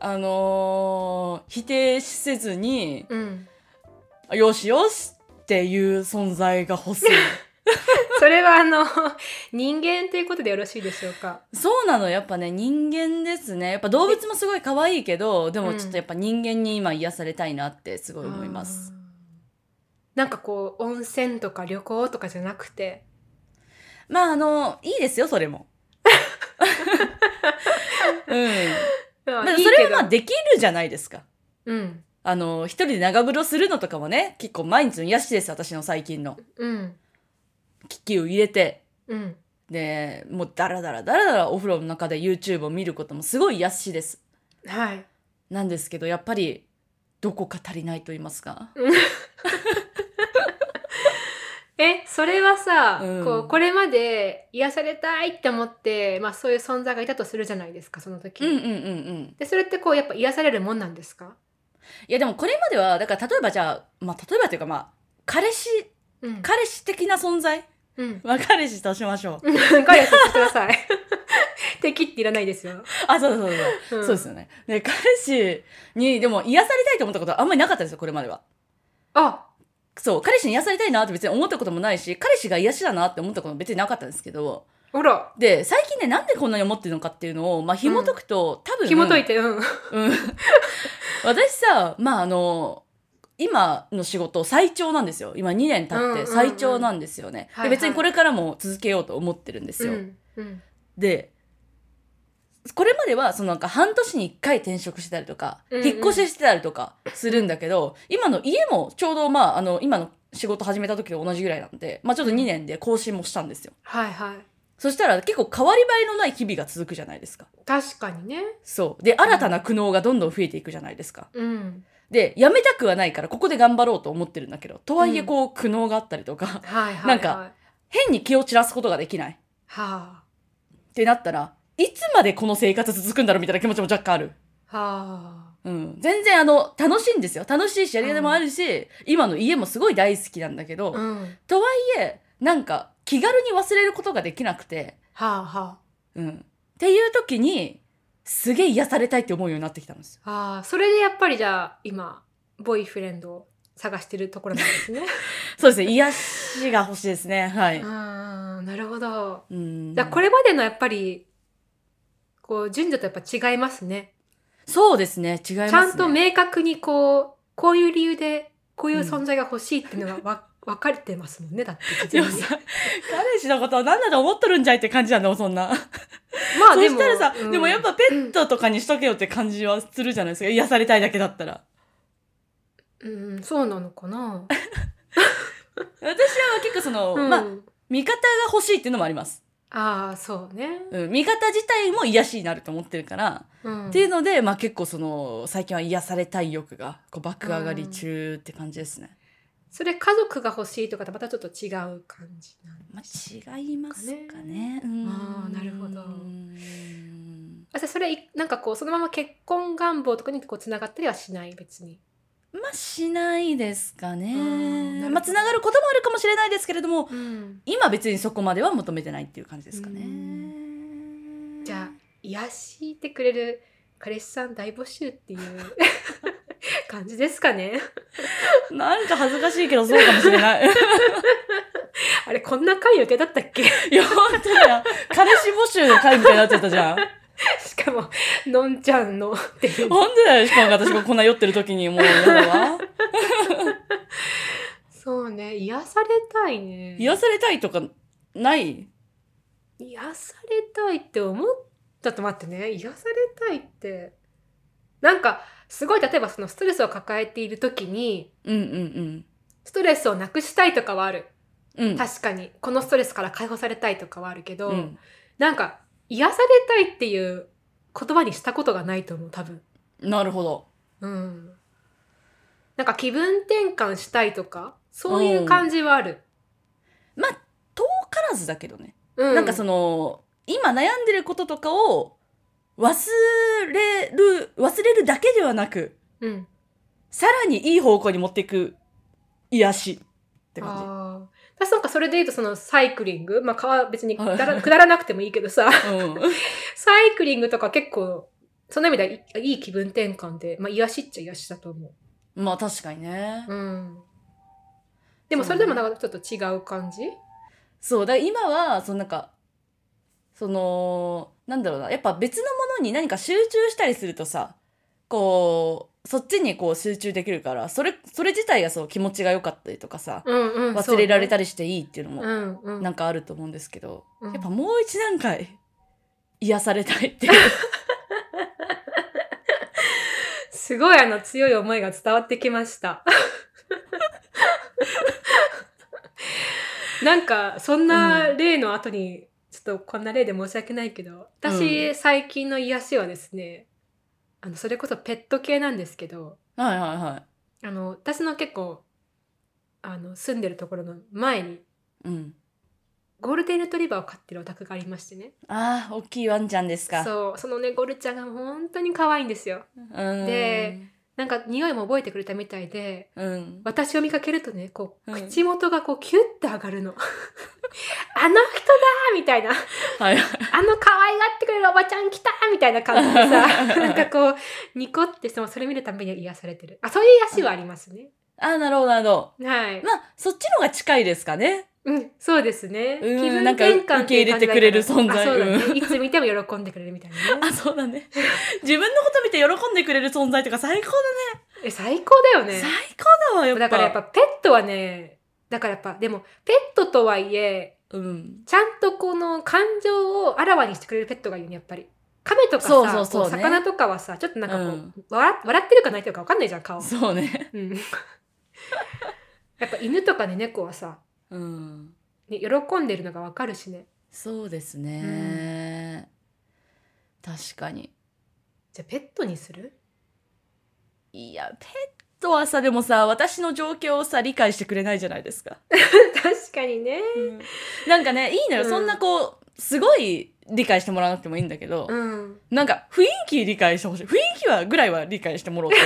[SPEAKER 1] あのー否定せずに、
[SPEAKER 2] うん
[SPEAKER 1] よしよしっていう存在が欲しい。
[SPEAKER 2] (laughs) それはあの人間ということでよろしいでしょうか
[SPEAKER 1] そうなの、やっぱね、人間ですね。やっぱ動物もすごい可愛いけど、でもちょっとやっぱ人間に今癒されたいなってすごい思います。
[SPEAKER 2] あー。なんかこう温泉とか旅行とかじゃなくて、
[SPEAKER 1] まあ、あの、いいですよ、それも。
[SPEAKER 2] (laughs)
[SPEAKER 1] うん。
[SPEAKER 2] ま
[SPEAKER 1] まあ、それはまあ
[SPEAKER 2] あいい
[SPEAKER 1] できるじゃないですか。
[SPEAKER 2] けどうん
[SPEAKER 1] あの、一人で長風呂するのとかもね、結構毎日の癒しです、私の最近の。
[SPEAKER 2] うん
[SPEAKER 1] 機器を入れて。
[SPEAKER 2] うん
[SPEAKER 1] で、もうダラダラダラダラお風呂の中で YouTube を見ることもすごい癒しです。
[SPEAKER 2] はい。
[SPEAKER 1] なんですけどやっぱりどこか足りないと言いますか
[SPEAKER 2] えそれはさ、
[SPEAKER 1] うん
[SPEAKER 2] こうこれまで癒されたいって思って、まあ、そういう存在がいたとするじゃないですかその時、
[SPEAKER 1] うんうんうんうん
[SPEAKER 2] でそれってこうやっぱ癒されるもんなんですか、
[SPEAKER 1] いやでもこれまではだから例えばじゃあまあ例えばというかまあ彼氏
[SPEAKER 2] うん、
[SPEAKER 1] 彼氏的な存在
[SPEAKER 2] うん、 (laughs)
[SPEAKER 1] まあ彼氏としましょう
[SPEAKER 2] 彼をさせてください (laughs) 敵っていらないですよ、
[SPEAKER 1] あそうそうそうそう、
[SPEAKER 2] ん
[SPEAKER 1] そうですよねで彼氏にでも癒されたいと思ったことはあんまりなかったんですよこれまでは
[SPEAKER 2] あ
[SPEAKER 1] そう彼氏に癒されたいなって別に思ったこともないし彼氏が癒しだなって思ったことも別になかったんですけど
[SPEAKER 2] ほら
[SPEAKER 1] で最近ねなんでこんなに思ってるのかっていうのをまあ紐解くと、多分
[SPEAKER 2] 紐解いてう
[SPEAKER 1] う
[SPEAKER 2] ん
[SPEAKER 1] ん、 (laughs) 私さまああの今の仕事最長なんですよ今2年
[SPEAKER 2] うん
[SPEAKER 1] 経っ
[SPEAKER 2] うんう
[SPEAKER 1] て
[SPEAKER 2] ん
[SPEAKER 1] 最長なんですよね、
[SPEAKER 2] はい
[SPEAKER 1] で
[SPEAKER 2] はい
[SPEAKER 1] 別にこれからも続けようと思ってるんですよ、
[SPEAKER 2] うんうん
[SPEAKER 1] でこれまではそのなんか半年に1回転職してたりとか、
[SPEAKER 2] うんうん
[SPEAKER 1] 引っ越ししてたりとかするんだけど今の家もちょうどまああの今の仕事始めた時と同じぐらいなんで、まあ、ちょっと2年で更新もしたんですよ
[SPEAKER 2] はいはい
[SPEAKER 1] そしたら結構変わり映えのない日々が続くじゃないですか
[SPEAKER 2] 確かにね
[SPEAKER 1] そうで新たな苦悩がどんどん増えていくじゃないですか
[SPEAKER 2] うん
[SPEAKER 1] でやめたくはないからここで頑張ろうと思ってるんだけどとはいえ
[SPEAKER 2] うん
[SPEAKER 1] こう苦悩があったりとか (laughs)
[SPEAKER 2] はいはいはい
[SPEAKER 1] なんか変に気を散らすことができない
[SPEAKER 2] は
[SPEAKER 1] ってなったらいつまでこの生活続くんだろうみたいな気持ちも若干ある。
[SPEAKER 2] あは
[SPEAKER 1] うん、全然あの楽しいんですよ楽しいしやり方もあるし、今の家もすごい大好きなんだけど、
[SPEAKER 2] あうんは
[SPEAKER 1] とはいえなんか気軽に忘れることができなくて、
[SPEAKER 2] あは
[SPEAKER 1] うん、っていう時にすげえ癒されたいって思うようになってきたんですよ。
[SPEAKER 2] あああそれでやっぱりじゃあ今ボーイフレンドを探してるところなんで
[SPEAKER 1] (laughs)
[SPEAKER 2] すね
[SPEAKER 1] そうですね癒しが欲しいですねはい。
[SPEAKER 2] ああなるほど
[SPEAKER 1] うん、
[SPEAKER 2] だからこれまでのやっぱりこう順序とやっぱ違いますね
[SPEAKER 1] そうですね違いますね。
[SPEAKER 2] ちゃんと明確にこうこういう理由でこういう存在が欲しいっていうのがわ、分かれてますもんねだって
[SPEAKER 1] でも
[SPEAKER 2] 事前に
[SPEAKER 1] さ彼氏のことは何だと思っとるんじゃいって感じなんだもんそんな。
[SPEAKER 2] ま
[SPEAKER 1] そしたらさ、
[SPEAKER 2] うん
[SPEAKER 1] でもやっぱペットとかにしとけよって感じはするじゃないですか癒されたいだけだったら。
[SPEAKER 2] うんそうなのかな
[SPEAKER 1] 私は結構その、
[SPEAKER 2] うん
[SPEAKER 1] まあ味方が欲しいっていうのもあります。
[SPEAKER 2] ああそうね、
[SPEAKER 1] うん、味方自体も癒しになると思ってるから、
[SPEAKER 2] うん、
[SPEAKER 1] っていうので、まあ、結構その最近は癒されたい欲がこう爆上がり中って感じですね。
[SPEAKER 2] それ家族が欲しいとかとまたちょっと違う感じなん
[SPEAKER 1] まあ、違いますかね。うん
[SPEAKER 2] あーなるほど
[SPEAKER 1] うん
[SPEAKER 2] あじゃあそれいなんかこうそのまま結婚願望とかにこうつながったりはしない別に
[SPEAKER 1] まあしないですかね。
[SPEAKER 2] あーなるほど
[SPEAKER 1] まあつながることもあるかもしれないですけれども
[SPEAKER 2] うん
[SPEAKER 1] 今別にそこまでは求めてないっていう感じですかね
[SPEAKER 2] う。じゃあ癒してくれる彼氏さん大募集っていう (laughs) 感じですかね
[SPEAKER 1] なんか恥ずかしいけどそうかもしれない。 (laughs)
[SPEAKER 2] あれこんな回予定だったっけ (laughs)
[SPEAKER 1] いや本当だよ彼氏募集の会みたいになっちゃったじゃん。
[SPEAKER 2] しかものんちゃんのって
[SPEAKER 1] (laughs)
[SPEAKER 2] いう
[SPEAKER 1] ほんでだよ、しかも私がこんな酔ってる時にもう嫌だわ。
[SPEAKER 2] そうね癒されたいね
[SPEAKER 1] (laughs) 癒されたいとかない
[SPEAKER 2] 癒されたいって思っちょっと待ってね癒されたいってなんかすごい例えばそのストレスを抱えている時に
[SPEAKER 1] うんうん
[SPEAKER 2] ストレスをなくしたいとかはある
[SPEAKER 1] うん。うん。
[SPEAKER 2] 確かにこのストレスから解放されたいとかはあるけど、
[SPEAKER 1] うん
[SPEAKER 2] なんか癒されたいっていう言葉にしたことがないと思う多分
[SPEAKER 1] なるほど。
[SPEAKER 2] うんなんか気分転換したいとかそういう感じはある、
[SPEAKER 1] まあ、遠からずだけどね。
[SPEAKER 2] う
[SPEAKER 1] なんかその、今悩んでることとかを忘れる、忘れるだけではなく、
[SPEAKER 2] うん、
[SPEAKER 1] さらにいい方向に持っていく癒しって感
[SPEAKER 2] あー私なんかそれで言うとそのサイクリング、まあ川別にくだ
[SPEAKER 1] は
[SPEAKER 2] ら
[SPEAKER 1] い
[SPEAKER 2] くだらなくてもいいけどさ、 (laughs)
[SPEAKER 1] じ。うん。
[SPEAKER 2] サイクリングとか結構、その意味ではいいい気分転換で、まあ癒しっちゃ癒しだと思
[SPEAKER 1] まあ確かにね。
[SPEAKER 2] う。うん。でもそれでもなんかちょっと違う感じ
[SPEAKER 1] そう、だから今は、そのなんか、その、なんだろうな、やっぱ別のものに何か集中したりするとさ、こう、そっちにこう集中できるから、それ、それ自体がそう気持ちが良かったりとかさ、
[SPEAKER 2] うんうん。
[SPEAKER 1] 忘れられた
[SPEAKER 2] り
[SPEAKER 1] りしていいっていうの
[SPEAKER 2] も
[SPEAKER 1] も、
[SPEAKER 2] うんうん。
[SPEAKER 1] なんかあると思うんですけど、
[SPEAKER 2] うん
[SPEAKER 1] やっぱもう一段階、癒されたいって
[SPEAKER 2] (laughs)
[SPEAKER 1] いう。
[SPEAKER 2] すごいあの強い思いが伝わってきました。なんかそんな例の後に、ちょっとこんな例で申し訳ないけど私、最近の癒しはですねあのそれこそペット系なんですけど
[SPEAKER 1] はいはいは
[SPEAKER 2] あの私の結構あの住んでるところの前に
[SPEAKER 1] い。うん。
[SPEAKER 2] ゴールデンレトリバーを飼ってるお宅がありましてね
[SPEAKER 1] ああ、大きいワンちゃんですか。
[SPEAKER 2] そうそのねゴルちゃんが本当に可愛いんですよ
[SPEAKER 1] うーん。
[SPEAKER 2] で、なんか匂いも覚えてくれたみたいで
[SPEAKER 1] うん。
[SPEAKER 2] 私を見かけるとねこう
[SPEAKER 1] うん
[SPEAKER 2] 口元がこうキュッて上がるの (laughs) あの人だーみ
[SPEAKER 1] (laughs)
[SPEAKER 2] たいなあ
[SPEAKER 1] はいはい。
[SPEAKER 2] の可愛がってくれるおばちゃん来たーみたいな感じで
[SPEAKER 1] (laughs)
[SPEAKER 2] さなんかこうニコってしてもそれ見るたびに癒されてるあそういう癒しはありますね、
[SPEAKER 1] ああ、なるほどなるほど。
[SPEAKER 2] はい、
[SPEAKER 1] まあ、そっちの方が近いですかね。
[SPEAKER 2] うん、そうですね
[SPEAKER 1] うん
[SPEAKER 2] 気分
[SPEAKER 1] なんか
[SPEAKER 2] 転換っていう感
[SPEAKER 1] 受け入れて
[SPEAKER 2] じだから
[SPEAKER 1] くれる存在
[SPEAKER 2] あそうだね、
[SPEAKER 1] う (laughs)
[SPEAKER 2] いつ見ても喜んでくれるみたいなね
[SPEAKER 1] あそうだね自分のこと見て喜んでくれる存在とか最高
[SPEAKER 2] え最高だよ
[SPEAKER 1] だね
[SPEAKER 2] ね
[SPEAKER 1] 最高だわやっぱ
[SPEAKER 2] だからやっぱペットはねだからやっぱでもペットとはいえ
[SPEAKER 1] うん
[SPEAKER 2] ちゃんとこの感情をあらわにしてくれるペットがいいねやっぱり。亀とかさ
[SPEAKER 1] そうそうそうね
[SPEAKER 2] こ魚とかはさちょっとなんかこう、
[SPEAKER 1] うん
[SPEAKER 2] 笑笑ってるか泣いてるか分かんないじゃん顔。
[SPEAKER 1] そうね
[SPEAKER 2] うん (laughs) やっぱ犬とかね猫はさ、
[SPEAKER 1] うん
[SPEAKER 2] ね、喜んでるのが分かるしね
[SPEAKER 1] そうですね、確かに
[SPEAKER 2] じゃあペットにする (laughs)
[SPEAKER 1] いやペッ人はさでもさ私の状況をさ理解してくれないじゃないですか、
[SPEAKER 2] 確かにね
[SPEAKER 1] なんかねいいのよ、
[SPEAKER 2] うん
[SPEAKER 1] そんなこうすごい理解してもらわなくてもいいんだけど、
[SPEAKER 2] うん
[SPEAKER 1] なんか雰囲気理解してほしい雰囲気はぐらいは理解しても
[SPEAKER 2] (laughs)
[SPEAKER 1] ろて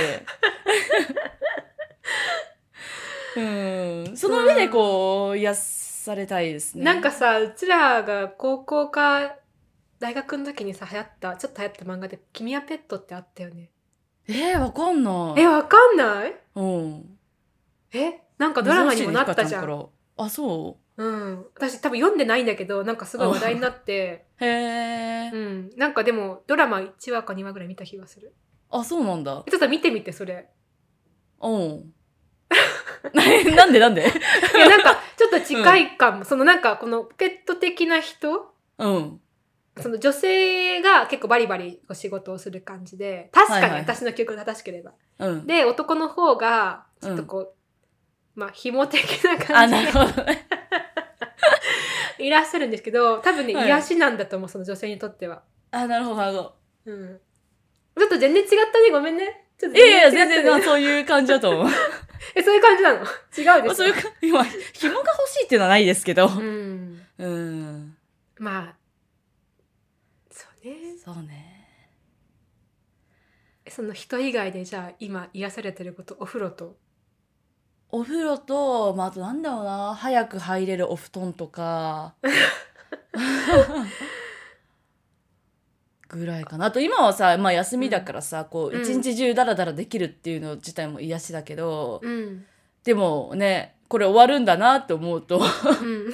[SPEAKER 1] うんその上でこう癒されたいですね
[SPEAKER 2] なんかさうちらが高校か大学の時にさ流行ったちょっと流行った漫画で「君はペット」ってあったよね
[SPEAKER 1] えー、わかんない
[SPEAKER 2] えわかんない
[SPEAKER 1] うん
[SPEAKER 2] えなんかドラマにもなったじゃ
[SPEAKER 1] 珍しいねひかち
[SPEAKER 2] ん
[SPEAKER 1] からあそ
[SPEAKER 2] うん私多分読んでないんだけどなんかすごい話題になって
[SPEAKER 1] うへえ、
[SPEAKER 2] うんなんかでもドラマ1話か2話ぐらい見た気がする
[SPEAKER 1] あそうなんだ
[SPEAKER 2] ちょっと見てみてそれ
[SPEAKER 1] うん
[SPEAKER 2] (laughs)
[SPEAKER 1] なんでなんで
[SPEAKER 2] いやなんかちょっと近いかも、そのなんかこのペット的な人
[SPEAKER 1] うん
[SPEAKER 2] その女性が結構バリバリお仕事をする感じで確か
[SPEAKER 1] はい
[SPEAKER 2] に
[SPEAKER 1] はい
[SPEAKER 2] 私の記憶が正しければ、
[SPEAKER 1] うん
[SPEAKER 2] で男の方がちょっとこう、まあ紐的な
[SPEAKER 1] あ
[SPEAKER 2] 感
[SPEAKER 1] なる
[SPEAKER 2] じ
[SPEAKER 1] ほどね
[SPEAKER 2] でいらっしゃるんですけど多分ね、
[SPEAKER 1] はい
[SPEAKER 2] 癒しなんだと思うその女性にとっては、
[SPEAKER 1] あなるほどなるほど
[SPEAKER 2] うん、ちょっと全然違ったねごめんねちょっと
[SPEAKER 1] いやいや
[SPEAKER 2] 違った
[SPEAKER 1] 全
[SPEAKER 2] ね
[SPEAKER 1] 然まあそういう感じだと思う
[SPEAKER 2] (laughs) えそういう感じなの違うで
[SPEAKER 1] まあ
[SPEAKER 2] す
[SPEAKER 1] そういうか今紐が欲しいっていうのはないですけど
[SPEAKER 2] うん
[SPEAKER 1] うん
[SPEAKER 2] まあそうね
[SPEAKER 1] そうね
[SPEAKER 2] その人以外でじゃあ今癒されてることお風呂と
[SPEAKER 1] お風呂と、まあ、あとなんだろうな早く入れるお布団と (laughs) かぐらいかなあと今はさ、まあ、休みだからさ、こう
[SPEAKER 2] うん
[SPEAKER 1] 一日中ダラダラできるっていうの自体も癒しだけど、
[SPEAKER 2] うん (laughs)
[SPEAKER 1] でもねこれ終わるんだなって思うと、
[SPEAKER 2] うん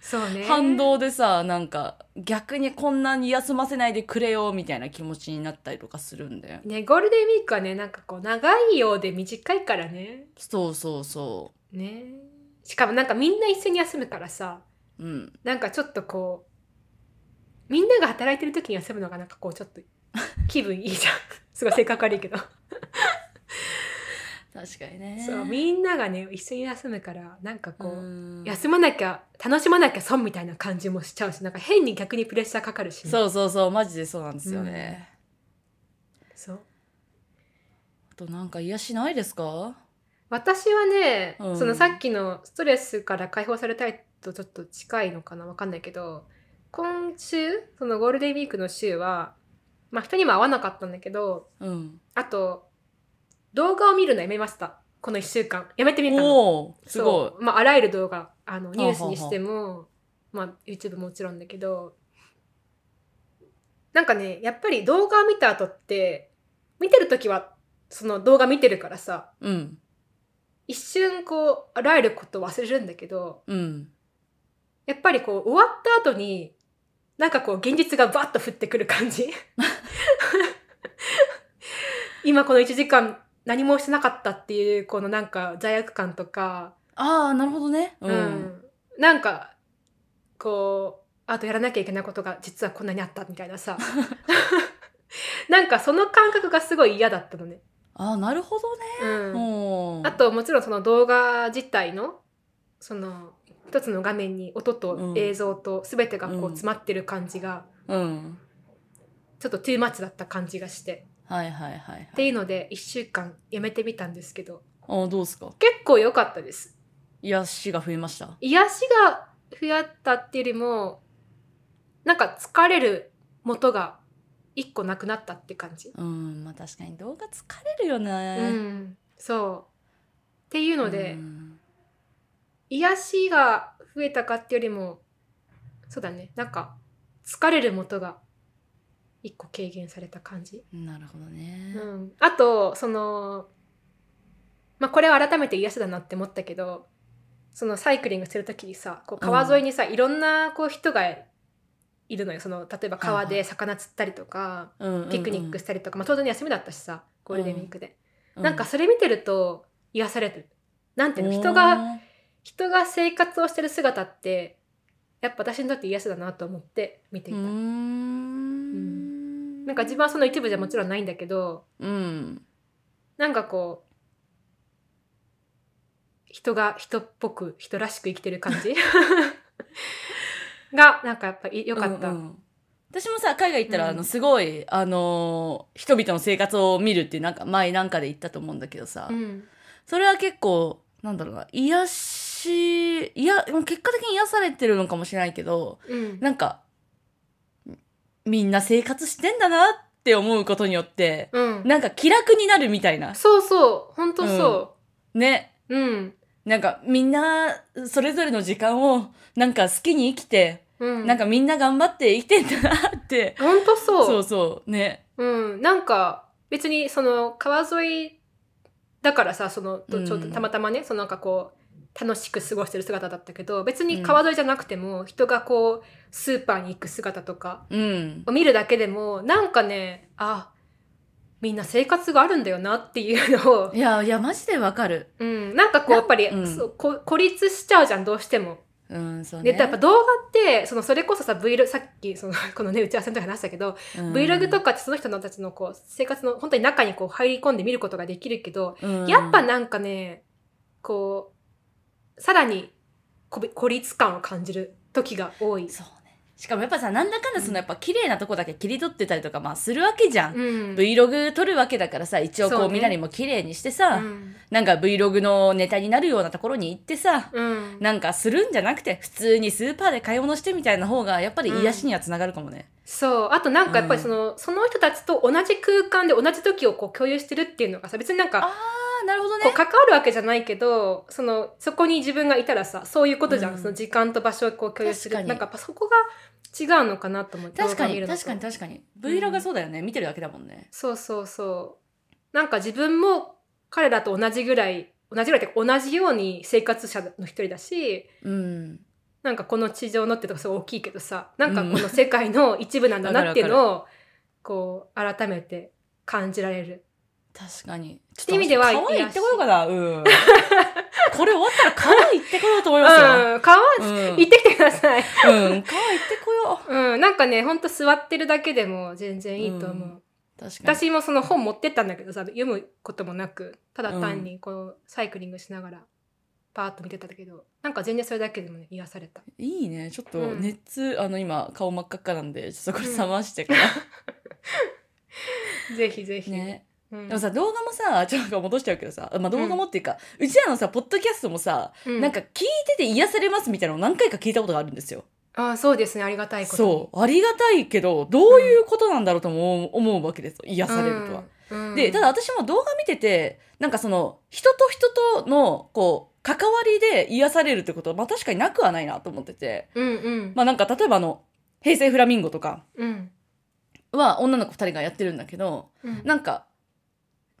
[SPEAKER 2] そうね
[SPEAKER 1] 反動でさなんか逆にこんなに休ませないでくれよみたいな気持ちになったりとかするんだよ。
[SPEAKER 2] ねゴールデンウィークはねなんかこう長いようで短いからね
[SPEAKER 1] そうそうそ
[SPEAKER 2] ねしかもなんかみんな一緒に休むからさ
[SPEAKER 1] う。うん。
[SPEAKER 2] なんかちょっとこうみんなが働いてる時に休むのがなんかこうちょっと気分いいじゃん (laughs) すごい性格悪いけ (laughs) ど、
[SPEAKER 1] 確かにね。
[SPEAKER 2] そうみんながね一緒に休むからなんかこう、
[SPEAKER 1] うん
[SPEAKER 2] 休まなきゃ楽しまなきゃ損みたいな感じもしちゃうしなんか変に逆にプレッシャーかかるしね、
[SPEAKER 1] そうそうそうマジでそうなんですよね。
[SPEAKER 2] そう
[SPEAKER 1] あとなんか癒しないですか？
[SPEAKER 2] 私はね、
[SPEAKER 1] うん
[SPEAKER 2] そのさっきのストレスから解放されたいとちょっと近いのかなわかんないけど今週そのゴールデンウィークの週はまあ人にも会わなかったんだけど
[SPEAKER 1] うん。
[SPEAKER 2] あと動画を見るのやめましたこの1週間やめてみたの
[SPEAKER 1] おおすごい
[SPEAKER 2] そう、まあ、あらゆる動画あのニュースにしてもまあ、YouTube もちろんだけどなんかねやっぱり動画を見た後って見てる時はその動画見てるからさ
[SPEAKER 1] うん
[SPEAKER 2] 一瞬こうあらゆることを忘れるんだけど
[SPEAKER 1] うん
[SPEAKER 2] やっぱりこう終わった後になんかこう現実がバッと降ってくる
[SPEAKER 1] (laughs)
[SPEAKER 2] 感じ今この1時間何もしてなかったっていうこのなんか罪悪感とか、
[SPEAKER 1] ああなるほどね
[SPEAKER 2] う
[SPEAKER 1] うんん、
[SPEAKER 2] なんかこうあとやらなきゃいけないことが実はこんなにあったみたいな (laughs) さなんかその感覚がすごい嫌だったのね。
[SPEAKER 1] ああなるほどね
[SPEAKER 2] うん
[SPEAKER 1] おー
[SPEAKER 2] あともちろんその動画自体のその一つの画面に音
[SPEAKER 1] う
[SPEAKER 2] と
[SPEAKER 1] ん
[SPEAKER 2] 映像と全てがこう
[SPEAKER 1] うん
[SPEAKER 2] 詰まってる感じが
[SPEAKER 1] うん
[SPEAKER 2] ちょっとトゥーマッチだった感じがして、
[SPEAKER 1] はいはいはいはい
[SPEAKER 2] っていうので1週間やめてみたんですけど
[SPEAKER 1] ああどうですか
[SPEAKER 2] 結構良かったです
[SPEAKER 1] 癒しが増えました
[SPEAKER 2] 癒しが増やったっていうよりもなんか疲れる元が1個なくなったって感じ、
[SPEAKER 1] うんまあ確かに動画疲れるよね
[SPEAKER 2] うんそうっていうので、
[SPEAKER 1] うん
[SPEAKER 2] 癒しが増えたかってよりもそうだねなんか疲れる元が一個軽減された感じ、
[SPEAKER 1] なるほど
[SPEAKER 2] う
[SPEAKER 1] ね
[SPEAKER 2] ん、あとそのまあこれは改めて癒しだなって思ったけどそのサイクリングする時にさこう川沿いにさ、いろんなこう人がいるのよその例えば川
[SPEAKER 1] はいは
[SPEAKER 2] で
[SPEAKER 1] い
[SPEAKER 2] 魚釣ったりとか、
[SPEAKER 1] うんうんうん
[SPEAKER 2] ピクニックしたりとか、まあ、ちょうどね休みだったしさゴールデンウィークで、
[SPEAKER 1] う
[SPEAKER 2] なんかそれ見てると癒されるなんていうの人が人が生活をしてる姿ってやっぱ私にとって癒しだなと思って見て
[SPEAKER 1] う
[SPEAKER 2] い
[SPEAKER 1] ー
[SPEAKER 2] た、
[SPEAKER 1] ん
[SPEAKER 2] なんか自分はその一部じゃもちろんないんだけど
[SPEAKER 1] うん
[SPEAKER 2] なんかこう人が人っぽく (laughs) 人らしく生きてる感じがなんかやっぱい良かった、
[SPEAKER 1] うんうん私もさ海外行ったら、
[SPEAKER 2] うん
[SPEAKER 1] あのすごいあのー人々の生活を見るっていうなんか前なんかで言ったと思うんだけどさ、
[SPEAKER 2] うん
[SPEAKER 1] それは結構なんだろうな癒しいやもう結果的に癒されてるのかもしれないけど
[SPEAKER 2] うん
[SPEAKER 1] なんかみみんな生活してんだなって思うことによって、
[SPEAKER 2] うん
[SPEAKER 1] なんか気楽になるみたいな
[SPEAKER 2] そうそう本当そ
[SPEAKER 1] ね
[SPEAKER 2] ううん
[SPEAKER 1] なんかみんなそれぞれの時間をなんか好きに生きて、
[SPEAKER 2] うん
[SPEAKER 1] なんかみんな頑張って生きてんだなって、
[SPEAKER 2] 本当そう
[SPEAKER 1] そうそうね
[SPEAKER 2] うん、なんか別にその川沿いだからさそのと
[SPEAKER 1] うん
[SPEAKER 2] ちょっとたまたまね、そのなんかこう楽しく過ごしてる姿だったけど別に川沿いじゃなくても、人がこうスーパーに行く姿とか
[SPEAKER 1] うん
[SPEAKER 2] を見るだけでもなんかねあみんな生活があるんだよなっていうのを
[SPEAKER 1] い、やいやマジでわかる
[SPEAKER 2] うん、なんかこうやっぱり、
[SPEAKER 1] うん
[SPEAKER 2] そうこ孤立しちゃうじゃんどうしても。
[SPEAKER 1] うんそうね
[SPEAKER 2] でやっぱ動画ってそのそれこそさ Vlog さっきその (laughs) このね打ち合わせの時話したけど
[SPEAKER 1] うん
[SPEAKER 2] Vlog とかってその人のたちのこう生活の本当に中にこう入り込んで見ることができるけど、
[SPEAKER 1] うん
[SPEAKER 2] やっぱなんかねこうさらにこび孤立感を感じる時が多い。
[SPEAKER 1] そうねしかもやっぱさなんだかんだそ
[SPEAKER 2] うん
[SPEAKER 1] のやっぱ綺麗なとこだけ切り取ってたりとかまあするわけじゃん、
[SPEAKER 2] うん
[SPEAKER 1] Vlog 撮るわけだからさ一応こ
[SPEAKER 2] そううね
[SPEAKER 1] みんなにも綺麗にしてさ、
[SPEAKER 2] うん
[SPEAKER 1] なんか Vlog のネタになるようなところに行ってさ、
[SPEAKER 2] うん
[SPEAKER 1] なんかするんじゃなくて普通にスーパーで買い物してみたいな方がやっぱり癒しにはつながるかもね、
[SPEAKER 2] そうあとなんかやっぱりその,、その人たちと同じ空間で同じ時をこう共有してるっていうのがさ別になんか
[SPEAKER 1] ああなるほど
[SPEAKER 2] こう関わるわけじゃないけどそのそこに自分がいたらさそういうことじゃん、
[SPEAKER 1] うん
[SPEAKER 2] その時間と場所をこう共有す
[SPEAKER 1] 確か
[SPEAKER 2] る
[SPEAKER 1] に
[SPEAKER 2] なんかやっぱそこが違うのかなと思って
[SPEAKER 1] 確か
[SPEAKER 2] 動画見
[SPEAKER 1] に
[SPEAKER 2] るのと
[SPEAKER 1] 確かに確かに
[SPEAKER 2] うん
[SPEAKER 1] Vlog がそうだよね、見てるだけだもんね
[SPEAKER 2] そうそうそうなんか自分も彼らと同じぐらい同じぐらいっていうか同じように生活者の一人だし
[SPEAKER 1] うん
[SPEAKER 2] なんかこの地上のってとかすごい大きいけどさなんか
[SPEAKER 1] うん
[SPEAKER 2] この世界の一部なんだなっていうのをこう改めて感じられる
[SPEAKER 1] 確かにちょっ
[SPEAKER 2] って意味では
[SPEAKER 1] 川へ行ってこよう
[SPEAKER 2] 癒
[SPEAKER 1] かなうん (laughs) これ終わったら川へ行ってこようと思いますよ、
[SPEAKER 2] うん川、
[SPEAKER 1] うん
[SPEAKER 2] 行ってきてください
[SPEAKER 1] うん、川へ行ってこよ
[SPEAKER 2] うん、なんかね、ほんと座ってるだけでも全然いいと思う。
[SPEAKER 1] うんう確かに
[SPEAKER 2] 私もその本持ってったんだけどさ、読むこともなく、ただ単にこう、サイクリングしながら、パーッと見てたんだけど、なんか全然それだけでもね、癒された。
[SPEAKER 1] いいねちょっと
[SPEAKER 2] うん
[SPEAKER 1] 熱、あの今顔真っ赤っかなんでちょっとこれ冷ましてから、
[SPEAKER 2] ぜひぜひ。
[SPEAKER 1] ね
[SPEAKER 2] うん、
[SPEAKER 1] でもさ動画もさちょっとなんか戻しちゃうけどさ、まあ、動画もっていうか、うちらのさポッドキャストもさ、
[SPEAKER 2] う
[SPEAKER 1] なんか、聞いてて癒されますみたいなのを何回か聞いたことがあるんですよ
[SPEAKER 2] ああ、そうですね、ありがたいことに。
[SPEAKER 1] そうありがたいけどどういうことなんだろうとも思う思うわけですよ癒されるとは。
[SPEAKER 2] うん。うん
[SPEAKER 1] でただ、私も動画見ててなんかその人と人とのこう関わりで癒されるってことは、まあ、確かになくはないなと思ってて
[SPEAKER 2] うんうん。
[SPEAKER 1] まあなんか例えばあの「平成フラミンゴ」とか
[SPEAKER 2] うん。
[SPEAKER 1] は女の子2人がやってるんだけど
[SPEAKER 2] うん
[SPEAKER 1] なんか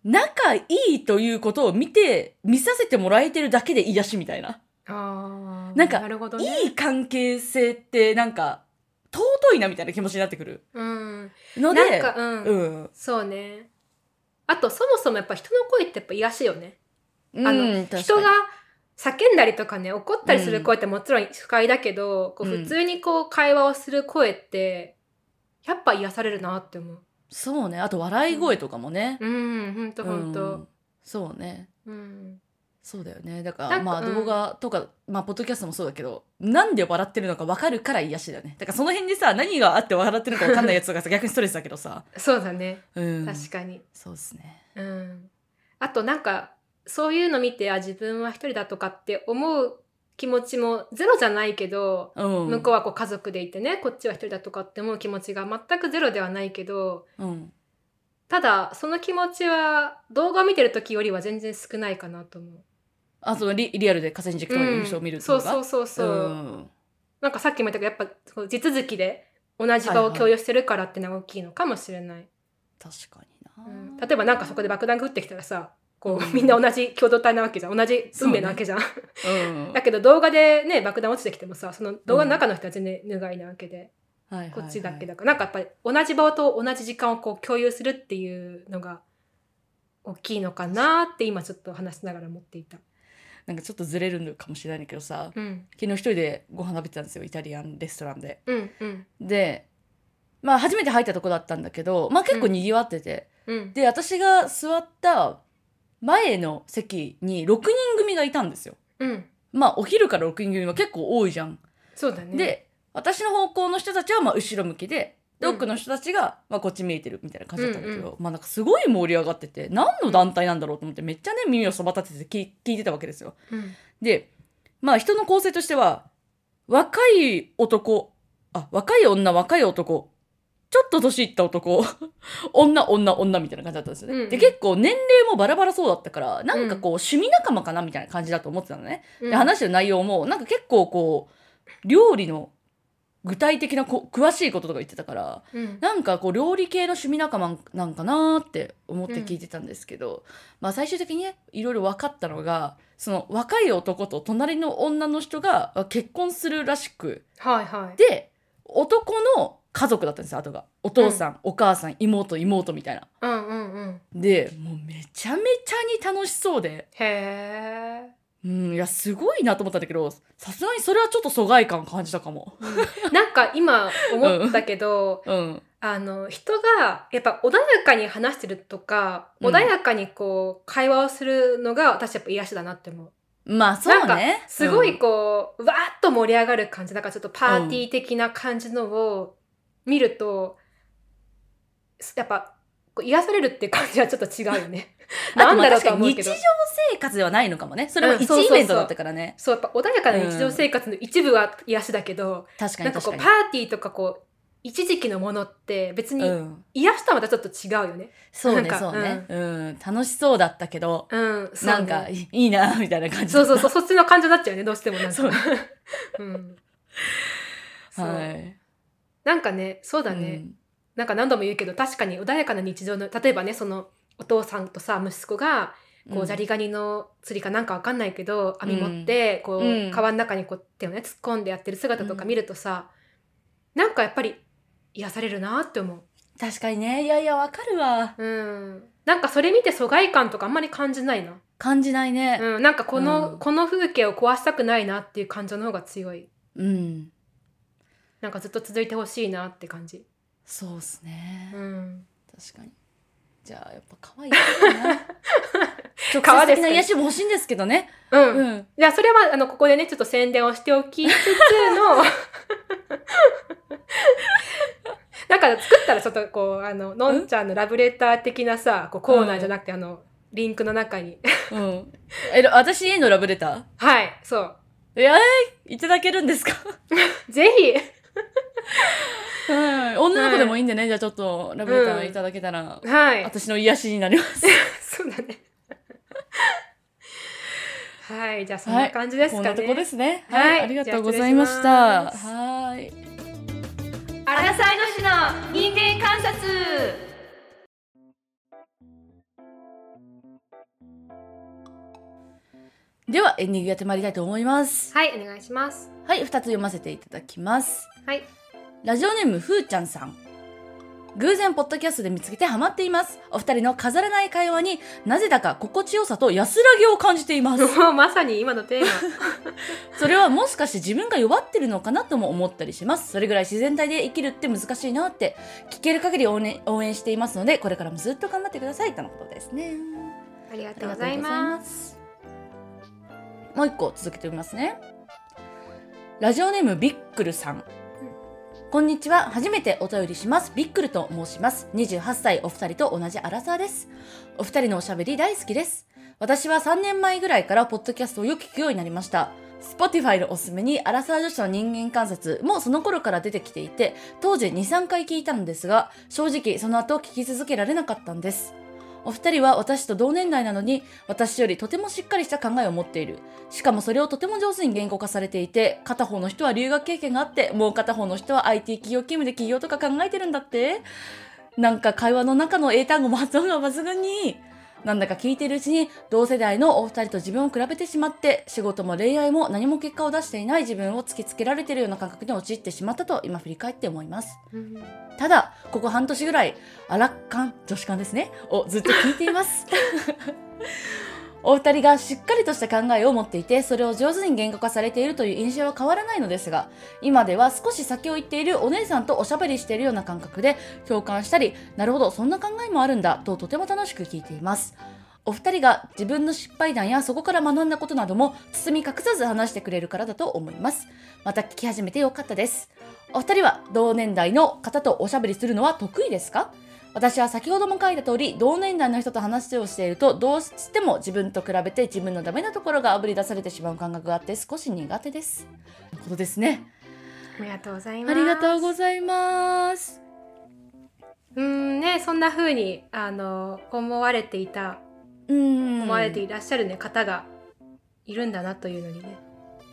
[SPEAKER 1] 仲いいということを見て見させてもらえてるだけで癒しみたいな。
[SPEAKER 2] ああ、
[SPEAKER 1] なんか
[SPEAKER 2] なるほどね。
[SPEAKER 1] いい関係性ってなんか尊いなみたいな気持ちになってくる
[SPEAKER 2] うん。
[SPEAKER 1] ので
[SPEAKER 2] なんか、うん、
[SPEAKER 1] うん、
[SPEAKER 2] そうね。あと、そもそもやっぱ人の声ってやっぱ癒しよね。あの、
[SPEAKER 1] うん
[SPEAKER 2] 人が叫んだりとかね怒ったりする声ってもちろん不快だけど、こう
[SPEAKER 1] うん
[SPEAKER 2] 普通にこう会話をする声ってやっぱ癒されるなって思う。
[SPEAKER 1] そうねあと笑い声とかもね、
[SPEAKER 2] うん本当
[SPEAKER 1] うん
[SPEAKER 2] 本当。
[SPEAKER 1] そうね
[SPEAKER 2] うん。そう
[SPEAKER 1] そ
[SPEAKER 2] ん
[SPEAKER 1] うだよねだか
[SPEAKER 2] なん
[SPEAKER 1] ら
[SPEAKER 2] か
[SPEAKER 1] まあ
[SPEAKER 2] うん
[SPEAKER 1] 動画とか、まあポッドキャストもそうだけどなんで笑ってるのか分かるから癒しだよねだからその辺でさ何があって笑ってるのか分かんないやつが
[SPEAKER 2] (laughs)
[SPEAKER 1] さ逆にストレスだけどさ、
[SPEAKER 2] そうだね
[SPEAKER 1] うん、
[SPEAKER 2] 確かに。
[SPEAKER 1] そうですね
[SPEAKER 2] うん。あとなんかそういうの見てあ自分は一人だとかって思う気持ちもゼロじゃないけど、
[SPEAKER 1] うん
[SPEAKER 2] 向こうはこう家族でいてねこっちは一人だとかって思う気持ちが全くゼロではないけど、
[SPEAKER 1] うん、
[SPEAKER 2] ただその気持ちは動画見てる時よりは全然少ないかなと思う。
[SPEAKER 1] あそのリリアルで河川敷とかの印象を見るってい
[SPEAKER 2] そうう
[SPEAKER 1] のが、
[SPEAKER 2] そう
[SPEAKER 1] う
[SPEAKER 2] そうそう、
[SPEAKER 1] ん
[SPEAKER 2] なんかさっきも言ったけどやっぱこう地続きで同じ
[SPEAKER 1] は
[SPEAKER 2] 場
[SPEAKER 1] い
[SPEAKER 2] を
[SPEAKER 1] はい
[SPEAKER 2] 共有してるからってのが大きいのかもしれない。
[SPEAKER 1] 確かにな、
[SPEAKER 2] うん例えばなんかそこで爆弾が降ってきたらさこう、
[SPEAKER 1] うん
[SPEAKER 2] みんな同じ共同体なわけじゃん同じ運命なわけじゃん。
[SPEAKER 1] うん、
[SPEAKER 2] だけど動画でね爆弾落ちてきてもさその動画の中の人は全然無害なわけで、
[SPEAKER 1] はいはいはい
[SPEAKER 2] こっちだけだから、なんかやっぱり同じ場と同じ時間をこう共有するっていうのが大きいのかなって今ちょっと話しながら思っていた。
[SPEAKER 1] なんかちょっとずれるのかもしれないけどさ
[SPEAKER 2] うん
[SPEAKER 1] 昨日一人でご飯食べてたんですよイタリアンレストランで
[SPEAKER 2] うんうん
[SPEAKER 1] でまあ初めて入ったとこだったんだけどまあ結構にぎわってて、
[SPEAKER 2] うん
[SPEAKER 1] で私が座った前の席に6人組がいたんですよ
[SPEAKER 2] うん
[SPEAKER 1] まあお昼から6人組は結構多いじゃん、
[SPEAKER 2] そうだね
[SPEAKER 1] で私の方向の人たちはまあ後ろ向きででで
[SPEAKER 2] うん
[SPEAKER 1] 多くの人たちが、まあ、こっち見えてるみたいな感じだったんだけど、まあ、なんかすごい盛り上がってて何の団体なんだろうと思ってめっちゃね耳をそば立てて聞い聞いてたわけですよ。
[SPEAKER 2] うん
[SPEAKER 1] でまあ人の構成としては若い男あ若い女若い男ちょっと年いった男 (laughs) 女女女みたいな感じだったんですよね。
[SPEAKER 2] うんうん
[SPEAKER 1] で結構年齢もバラバラそうだったからなんかこう趣味仲間かなみたいな感じだと思ってたのね。で話してる内容もなんか結構こう料理の具体的なこ詳しいこととか言ってたから
[SPEAKER 2] うん
[SPEAKER 1] なんかこう料理系の趣味仲間なんかなーって思って聞いてたんですけど、まあ最終的にねいろいろ分かったのがその若い男と隣の女の人が結婚するらしく
[SPEAKER 2] はいはい。
[SPEAKER 1] で男の家族だったんですよ後がお父さん、お母さん妹妹みたいな。
[SPEAKER 2] うんうんうん。
[SPEAKER 1] でもうめちゃめちゃに楽しそうで。
[SPEAKER 2] へえ。
[SPEAKER 1] うん、いやすごいなと思ったんだけどさすがにそれはちょっと疎外感感じたかも。
[SPEAKER 2] なんか今思ったけど、
[SPEAKER 1] うん、
[SPEAKER 2] あの人がやっぱ穏やかに話してるとか、
[SPEAKER 1] うん
[SPEAKER 2] 穏やかにこう会話をするのが私やっぱ癒やしだなって思う。
[SPEAKER 1] まあそう
[SPEAKER 2] なん
[SPEAKER 1] ね
[SPEAKER 2] かすご
[SPEAKER 1] う
[SPEAKER 2] い
[SPEAKER 1] ん
[SPEAKER 2] こう、わーっと盛り上がる感じなんかちょっとパーティー的な感じのを見ると、やっぱこう癒されるって感じはちょっと違うよね。
[SPEAKER 1] (laughs) あと
[SPEAKER 2] なん
[SPEAKER 1] まあ
[SPEAKER 2] だろう
[SPEAKER 1] 確
[SPEAKER 2] と
[SPEAKER 1] か
[SPEAKER 2] は思
[SPEAKER 1] に日
[SPEAKER 2] うけ
[SPEAKER 1] 常
[SPEAKER 2] ど。
[SPEAKER 1] 生活ではないのかもねそれは
[SPEAKER 2] うん
[SPEAKER 1] 一
[SPEAKER 2] そうそう
[SPEAKER 1] イ
[SPEAKER 2] そう
[SPEAKER 1] ベントだったからね、
[SPEAKER 2] そうやっぱ穏やかな日常生活の一部は癒しだけど、
[SPEAKER 1] 確か
[SPEAKER 2] な
[SPEAKER 1] に
[SPEAKER 2] んか
[SPEAKER 1] 確
[SPEAKER 2] こう
[SPEAKER 1] かに
[SPEAKER 2] パーティーとかこう一時期のものって別
[SPEAKER 1] う
[SPEAKER 2] に
[SPEAKER 1] ん、
[SPEAKER 2] 癒しとはまたちょっと違うよね。
[SPEAKER 1] そう
[SPEAKER 2] なん
[SPEAKER 1] ね
[SPEAKER 2] か
[SPEAKER 1] そうね、うん楽しそうだったけど、
[SPEAKER 2] うん、そうね
[SPEAKER 1] なんかいいいなみたいな感じ
[SPEAKER 2] そうそうそうそっちの感情になっちゃうよねどうしてもなんか。
[SPEAKER 1] そう (laughs)
[SPEAKER 2] うん。そう
[SPEAKER 1] はい
[SPEAKER 2] なんかねそうだね、
[SPEAKER 1] うん
[SPEAKER 2] なんか何度も言うけど確かに穏やかな日常の例えばねそのお父さんとさ息子が
[SPEAKER 1] う
[SPEAKER 2] こ
[SPEAKER 1] ん
[SPEAKER 2] うザリガニの釣りかなんかわかんないけど網持ってこ
[SPEAKER 1] うん
[SPEAKER 2] う川の中にこう手をね突っ込んでやってる姿とか見るとさなんかやっぱり癒されるなって思う。
[SPEAKER 1] 確かにねいやいやわかるわ
[SPEAKER 2] うん、なんかそれ見て疎外感とかあんまり感じないな、
[SPEAKER 1] 感じないね
[SPEAKER 2] うん、なんかこの、
[SPEAKER 1] うん
[SPEAKER 2] この風景を壊したくないなっていう感情の方が強い
[SPEAKER 1] うん、
[SPEAKER 2] なんかずっと続いてほしいなって感じ、
[SPEAKER 1] そうっすね、
[SPEAKER 2] うん、
[SPEAKER 1] 確かにじゃあやっぱ可愛い
[SPEAKER 2] (laughs)
[SPEAKER 1] な直接的な癒しも欲しいんですけどね
[SPEAKER 2] うん
[SPEAKER 1] うん
[SPEAKER 2] じゃあそれはあのここでねちょっと宣伝をしておきつつ (laughs) のなんか作ったらちょっとこうあののんちゃんのラブレター的なさこうコーナーじゃなくて、あのリンクの中に
[SPEAKER 1] うんえ私へのラブレタ
[SPEAKER 2] はいそう
[SPEAKER 1] ーいやいただけるんですか
[SPEAKER 2] ぜひ
[SPEAKER 1] はい、女の子でもいいんでね、じゃあちょっとラブレターいただけたら、
[SPEAKER 2] はい
[SPEAKER 1] 私の癒しになります。
[SPEAKER 2] (laughs) そうだね。はい、じゃあそんな感じです
[SPEAKER 1] こ
[SPEAKER 2] か
[SPEAKER 1] んな
[SPEAKER 2] ね。
[SPEAKER 1] とこですね。
[SPEAKER 2] はい
[SPEAKER 1] はい、ありがとうございました。
[SPEAKER 2] じゃあ失礼します
[SPEAKER 1] はい。
[SPEAKER 2] アラサイの市の人間観察。
[SPEAKER 1] ではエンディングやってまいりたいと思います。
[SPEAKER 2] はい、お願いします。
[SPEAKER 1] はい、二つ読ませていただきます。
[SPEAKER 2] (laughs) はい。
[SPEAKER 1] ラジオネームふーちゃんさん。偶然ポッドキャストで見つけてハマっています。お二人の飾らない会話になぜだか心地よさと安らぎを感じています。
[SPEAKER 2] もうまさに今の (laughs) テー
[SPEAKER 1] それはもしかして自分が弱ってるのかなとも思ったりしますそれぐらい自然体で生きるって難しいなって聞ける限り応援応援していますのでこれからもずっと頑張ってくださいとのことですね
[SPEAKER 2] マ。ありが
[SPEAKER 1] あ
[SPEAKER 2] とうございます。
[SPEAKER 1] すもう一個続けてみますねラジオネームビックルさんこんにちは初めてお便りしますビックルと申します28歳お二人と同じアラサーですお二人のおしゃべり大好きです私は3年前ぐらいからポッドキャストをよく聞くようになりました Spotify のおすすめにアラサー女子の人間観察もその頃から出てきていて当時23回聞いたのですが正直その後聞き続けられなかったんですお二人は私と同年代なのに私よりとてもしっかりした考えを持っているしかもそれをとても上手に言語化されていて片方の人は留学経験があってもう片方の人は IT 企業勤務で起業とか考えてるんだってなんか会話の中の英単語も発音が抜群になんだか聞いているうちに同世代のお二人と自分を比べてしまって仕事も恋愛も何も結果を出していない自分を突きつけられているような感覚に陥ってしまったと今振り返って思います
[SPEAKER 2] うん
[SPEAKER 1] ただここ半年ぐらいアラッカン女子館ですねをずっと聞いています (laughs) お二人がしっかりとした考えを持っていてそれを上手に言語化されているという印象は変わらないのですが今では少し先を行っているお姉さんとおしゃべりしているような感覚で共感したりなるほどそんな考えもあるんだととても楽しく聞いていますお二人が自分の失敗談やそこから学んだことなども包み隠さず話してくれるからだと思いますまた聞き始めてよかったですお二人は同年代の方とおしゃべりするのは得意ですか私は先ほども書いた通り同年代の人と話をしているとどうしても自分と比べて自分のダメなところがあぶり出されてしまう感覚があって少し苦手です。ということですね。
[SPEAKER 2] ありがとうございま
[SPEAKER 1] あ
[SPEAKER 2] す。
[SPEAKER 1] りがとう
[SPEAKER 2] う
[SPEAKER 1] ございます。
[SPEAKER 2] ーんねそんな風にあの思われていた
[SPEAKER 1] うん。
[SPEAKER 2] 思われていらっしゃるね、方がいるんだなというのにね。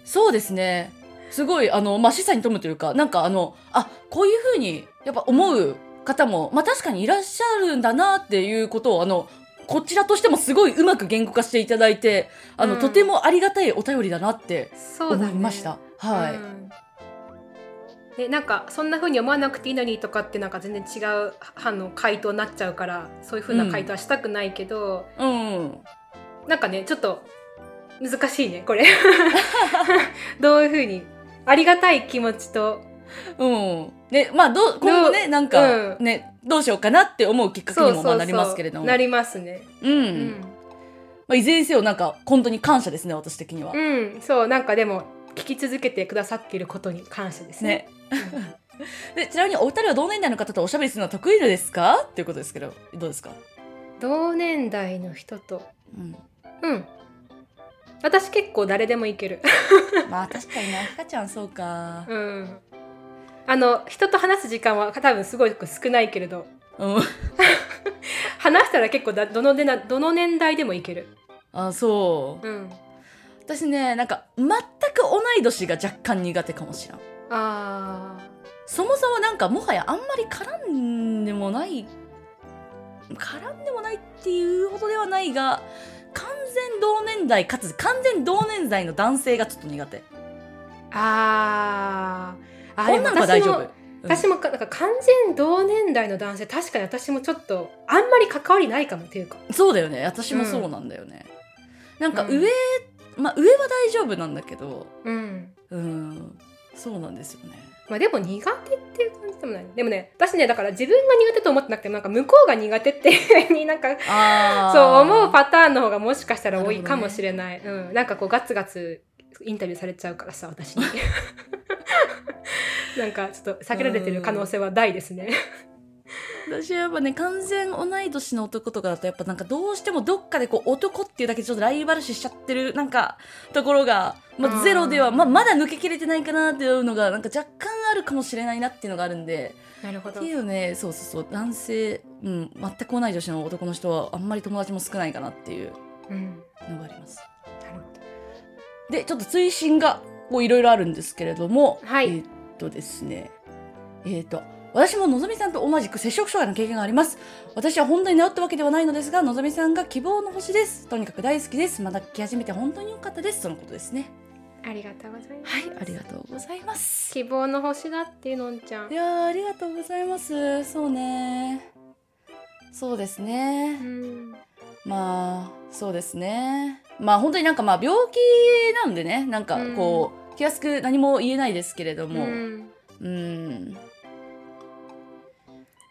[SPEAKER 1] そうですね。すごい、あの、まあ、示唆に富むというか、なんかあの、あ、こういうふうに、やっぱ思う方も、まあ、確かにいらっしゃるんだなっていうことを、あの、こちらとしてもすごいうまく言語化していただいて、あの、
[SPEAKER 2] うん
[SPEAKER 1] とてもありがたいお便りだなって
[SPEAKER 2] そう
[SPEAKER 1] 思
[SPEAKER 2] だね。
[SPEAKER 1] いました。はい、
[SPEAKER 2] うんでなんかそんな風に思わなくていいのにとかってなんか全然違う反の回答になっちゃうからそういう風な回答はしたくないけど、
[SPEAKER 1] うん。
[SPEAKER 2] なんかねちょっと難しいね
[SPEAKER 1] (laughs)
[SPEAKER 2] これどういう風にありがたい気持ちと
[SPEAKER 1] うん。ね、まあ、どう、今後ね、なんか、
[SPEAKER 2] うん
[SPEAKER 1] ね、どうしようかなって思うきっかけにもまあなりますけれども。
[SPEAKER 2] なりますね、
[SPEAKER 1] うん。
[SPEAKER 2] うん
[SPEAKER 1] まあ、いずれにせよ、なんか、本当に感謝ですね、私的には。
[SPEAKER 2] うん、そうなんかでも聞き続けてくださっていることに感謝ですね
[SPEAKER 1] ね。 (laughs) でちなみにお二人は同年代の方とおしゃべりするのは得意ですかっていうことですけどどうですか、
[SPEAKER 2] 同年代の人と
[SPEAKER 1] うん、
[SPEAKER 2] うん私結構誰でもいける (laughs)
[SPEAKER 1] まあ確かになひかちゃんそうか
[SPEAKER 2] うんあの人と話す時間は多分すごく少ないけれど
[SPEAKER 1] うん、
[SPEAKER 2] 話したら結構だどのでなどの年代でもいける
[SPEAKER 1] あそう
[SPEAKER 2] うん
[SPEAKER 1] 私ねなんか全く同い年が若干苦手かもしらん
[SPEAKER 2] あ
[SPEAKER 1] そもそもなんかもはやあんまり絡んでもない絡んでもないっていうほどではないが完全同年代かつ完全同年代の男性がちょっと苦手
[SPEAKER 2] ーあーあーでも
[SPEAKER 1] 女の子は大丈
[SPEAKER 2] 私も
[SPEAKER 1] 夫
[SPEAKER 2] 私もかなんか完全同年代の男性確かに私もちょっとあんまり関わりないかもっていうか
[SPEAKER 1] そうだよね私もそうなんだよね、なんか上、まあ上は大丈夫なんだけど
[SPEAKER 2] うん
[SPEAKER 1] うんそうなんですよね
[SPEAKER 2] まあでも苦手っていう感じでもないでもね私ねだから自分が苦手と思ってなくてもなんか向こうが苦手っていうふうになんか
[SPEAKER 1] あ (laughs)
[SPEAKER 2] そう思うパターンの方がもしかしたら多いかもしれない、うん、なんかこうガツガツインタビューされちゃうからさ
[SPEAKER 1] (laughs)
[SPEAKER 2] 私になんかちょっと避けられてる可能性は大ですね、
[SPEAKER 1] 私はやっぱね完全同い年の男とかだとやっぱなんかどうしてもどっかでこう男っていうだけでちょっとライバル視しちゃってるなんかところが、ま
[SPEAKER 2] う
[SPEAKER 1] あ、
[SPEAKER 2] ん
[SPEAKER 1] ゼロでは、まあ、まだ抜けきれてないかなっていうのがなんか若干あるかもしれないなっていうのがあるんで
[SPEAKER 2] なるほ
[SPEAKER 1] っ
[SPEAKER 2] ど
[SPEAKER 1] ていうねそうそうそう男性、うん、全く同い年の男の人はあんまり友達も少ないかなっていう
[SPEAKER 2] うん
[SPEAKER 1] のがあります。
[SPEAKER 2] なるほど
[SPEAKER 1] でちょっと追伸がこういろいろあるんですけれども、
[SPEAKER 2] はい
[SPEAKER 1] えーっとですねえーっと私ものぞみさんと同じく摂食障害の経験があります私は本当に治ったわけではないのですがのぞみさんが希望の星ですとにかく大好きですまた聞き始めて本当に良かったですとのことですね
[SPEAKER 2] ありがとうございます
[SPEAKER 1] はいありがとうございます
[SPEAKER 2] 希望の星だってのんちゃん
[SPEAKER 1] いやーありがとうございますそうねそうですね、
[SPEAKER 2] うん
[SPEAKER 1] まあそうですねまあ本当になんかまあ病気なんでねなんかこう、気安く何も言えないですけれどもうん、
[SPEAKER 2] ん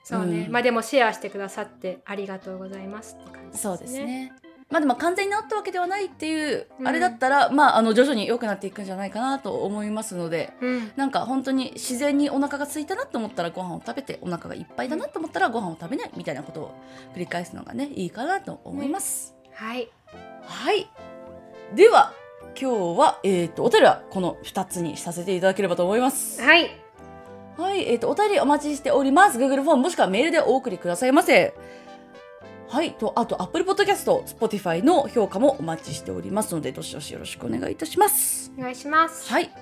[SPEAKER 2] そうね、
[SPEAKER 1] うん
[SPEAKER 2] まあでもシェアしてくださってありがとうございますって感じ
[SPEAKER 1] そうですねまあでも完全に治ったわけではないっていう、
[SPEAKER 2] うん
[SPEAKER 1] あれだったらまああの徐々に良くなっていくんじゃないかなと思いますので
[SPEAKER 2] うん
[SPEAKER 1] なんか本当に自然にお腹が空いたなと思ったらご飯を食べてお腹がいっぱいだなと思ったらご飯を食べないみたいなことを繰り返すのがねいいかなと思います。
[SPEAKER 2] はい
[SPEAKER 1] はい。では、今日は、えっ、と、お便りはこの2つにさせていただければと思います。
[SPEAKER 2] はい
[SPEAKER 1] はい。えっ、と、お便りお待ちしております。Google フォームもしくはメールでお送りくださいませ。はい。と、あと、Apple Podcast、Spotify の評価もお待ちしておりますので、どしどしよろしくお願いいたします。
[SPEAKER 2] お願いします
[SPEAKER 1] はい。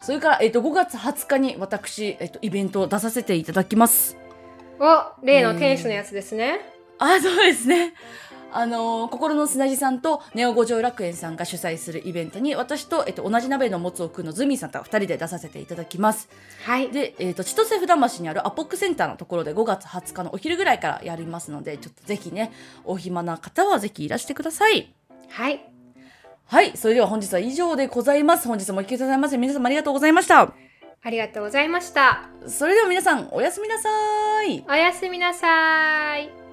[SPEAKER 1] それから、えっ、と、5月20日に私、えっ、と、イベントを出させていただきます。
[SPEAKER 2] お例の天使のやつですね、
[SPEAKER 1] あ、そうですね。あのー心の砂地さんとネオ五条楽園さんが主催するイベントに私と、えっと、同じ鍋のもつを食うのズミさんと2人で出させていただきます
[SPEAKER 2] はい
[SPEAKER 1] で、えっと千歳ふだましにあるアポックセンターのところで5月20日のお昼ぐらいからやりますのでちょっとぜひねお暇な方はぜひいらしてください
[SPEAKER 2] はい
[SPEAKER 1] はいそれでは本日は以上でございます本日もお聞きくださいませ皆様ありがとうございました
[SPEAKER 2] ありがとうございました
[SPEAKER 1] それでは皆さんおやすみなさい
[SPEAKER 2] おやすみなさーい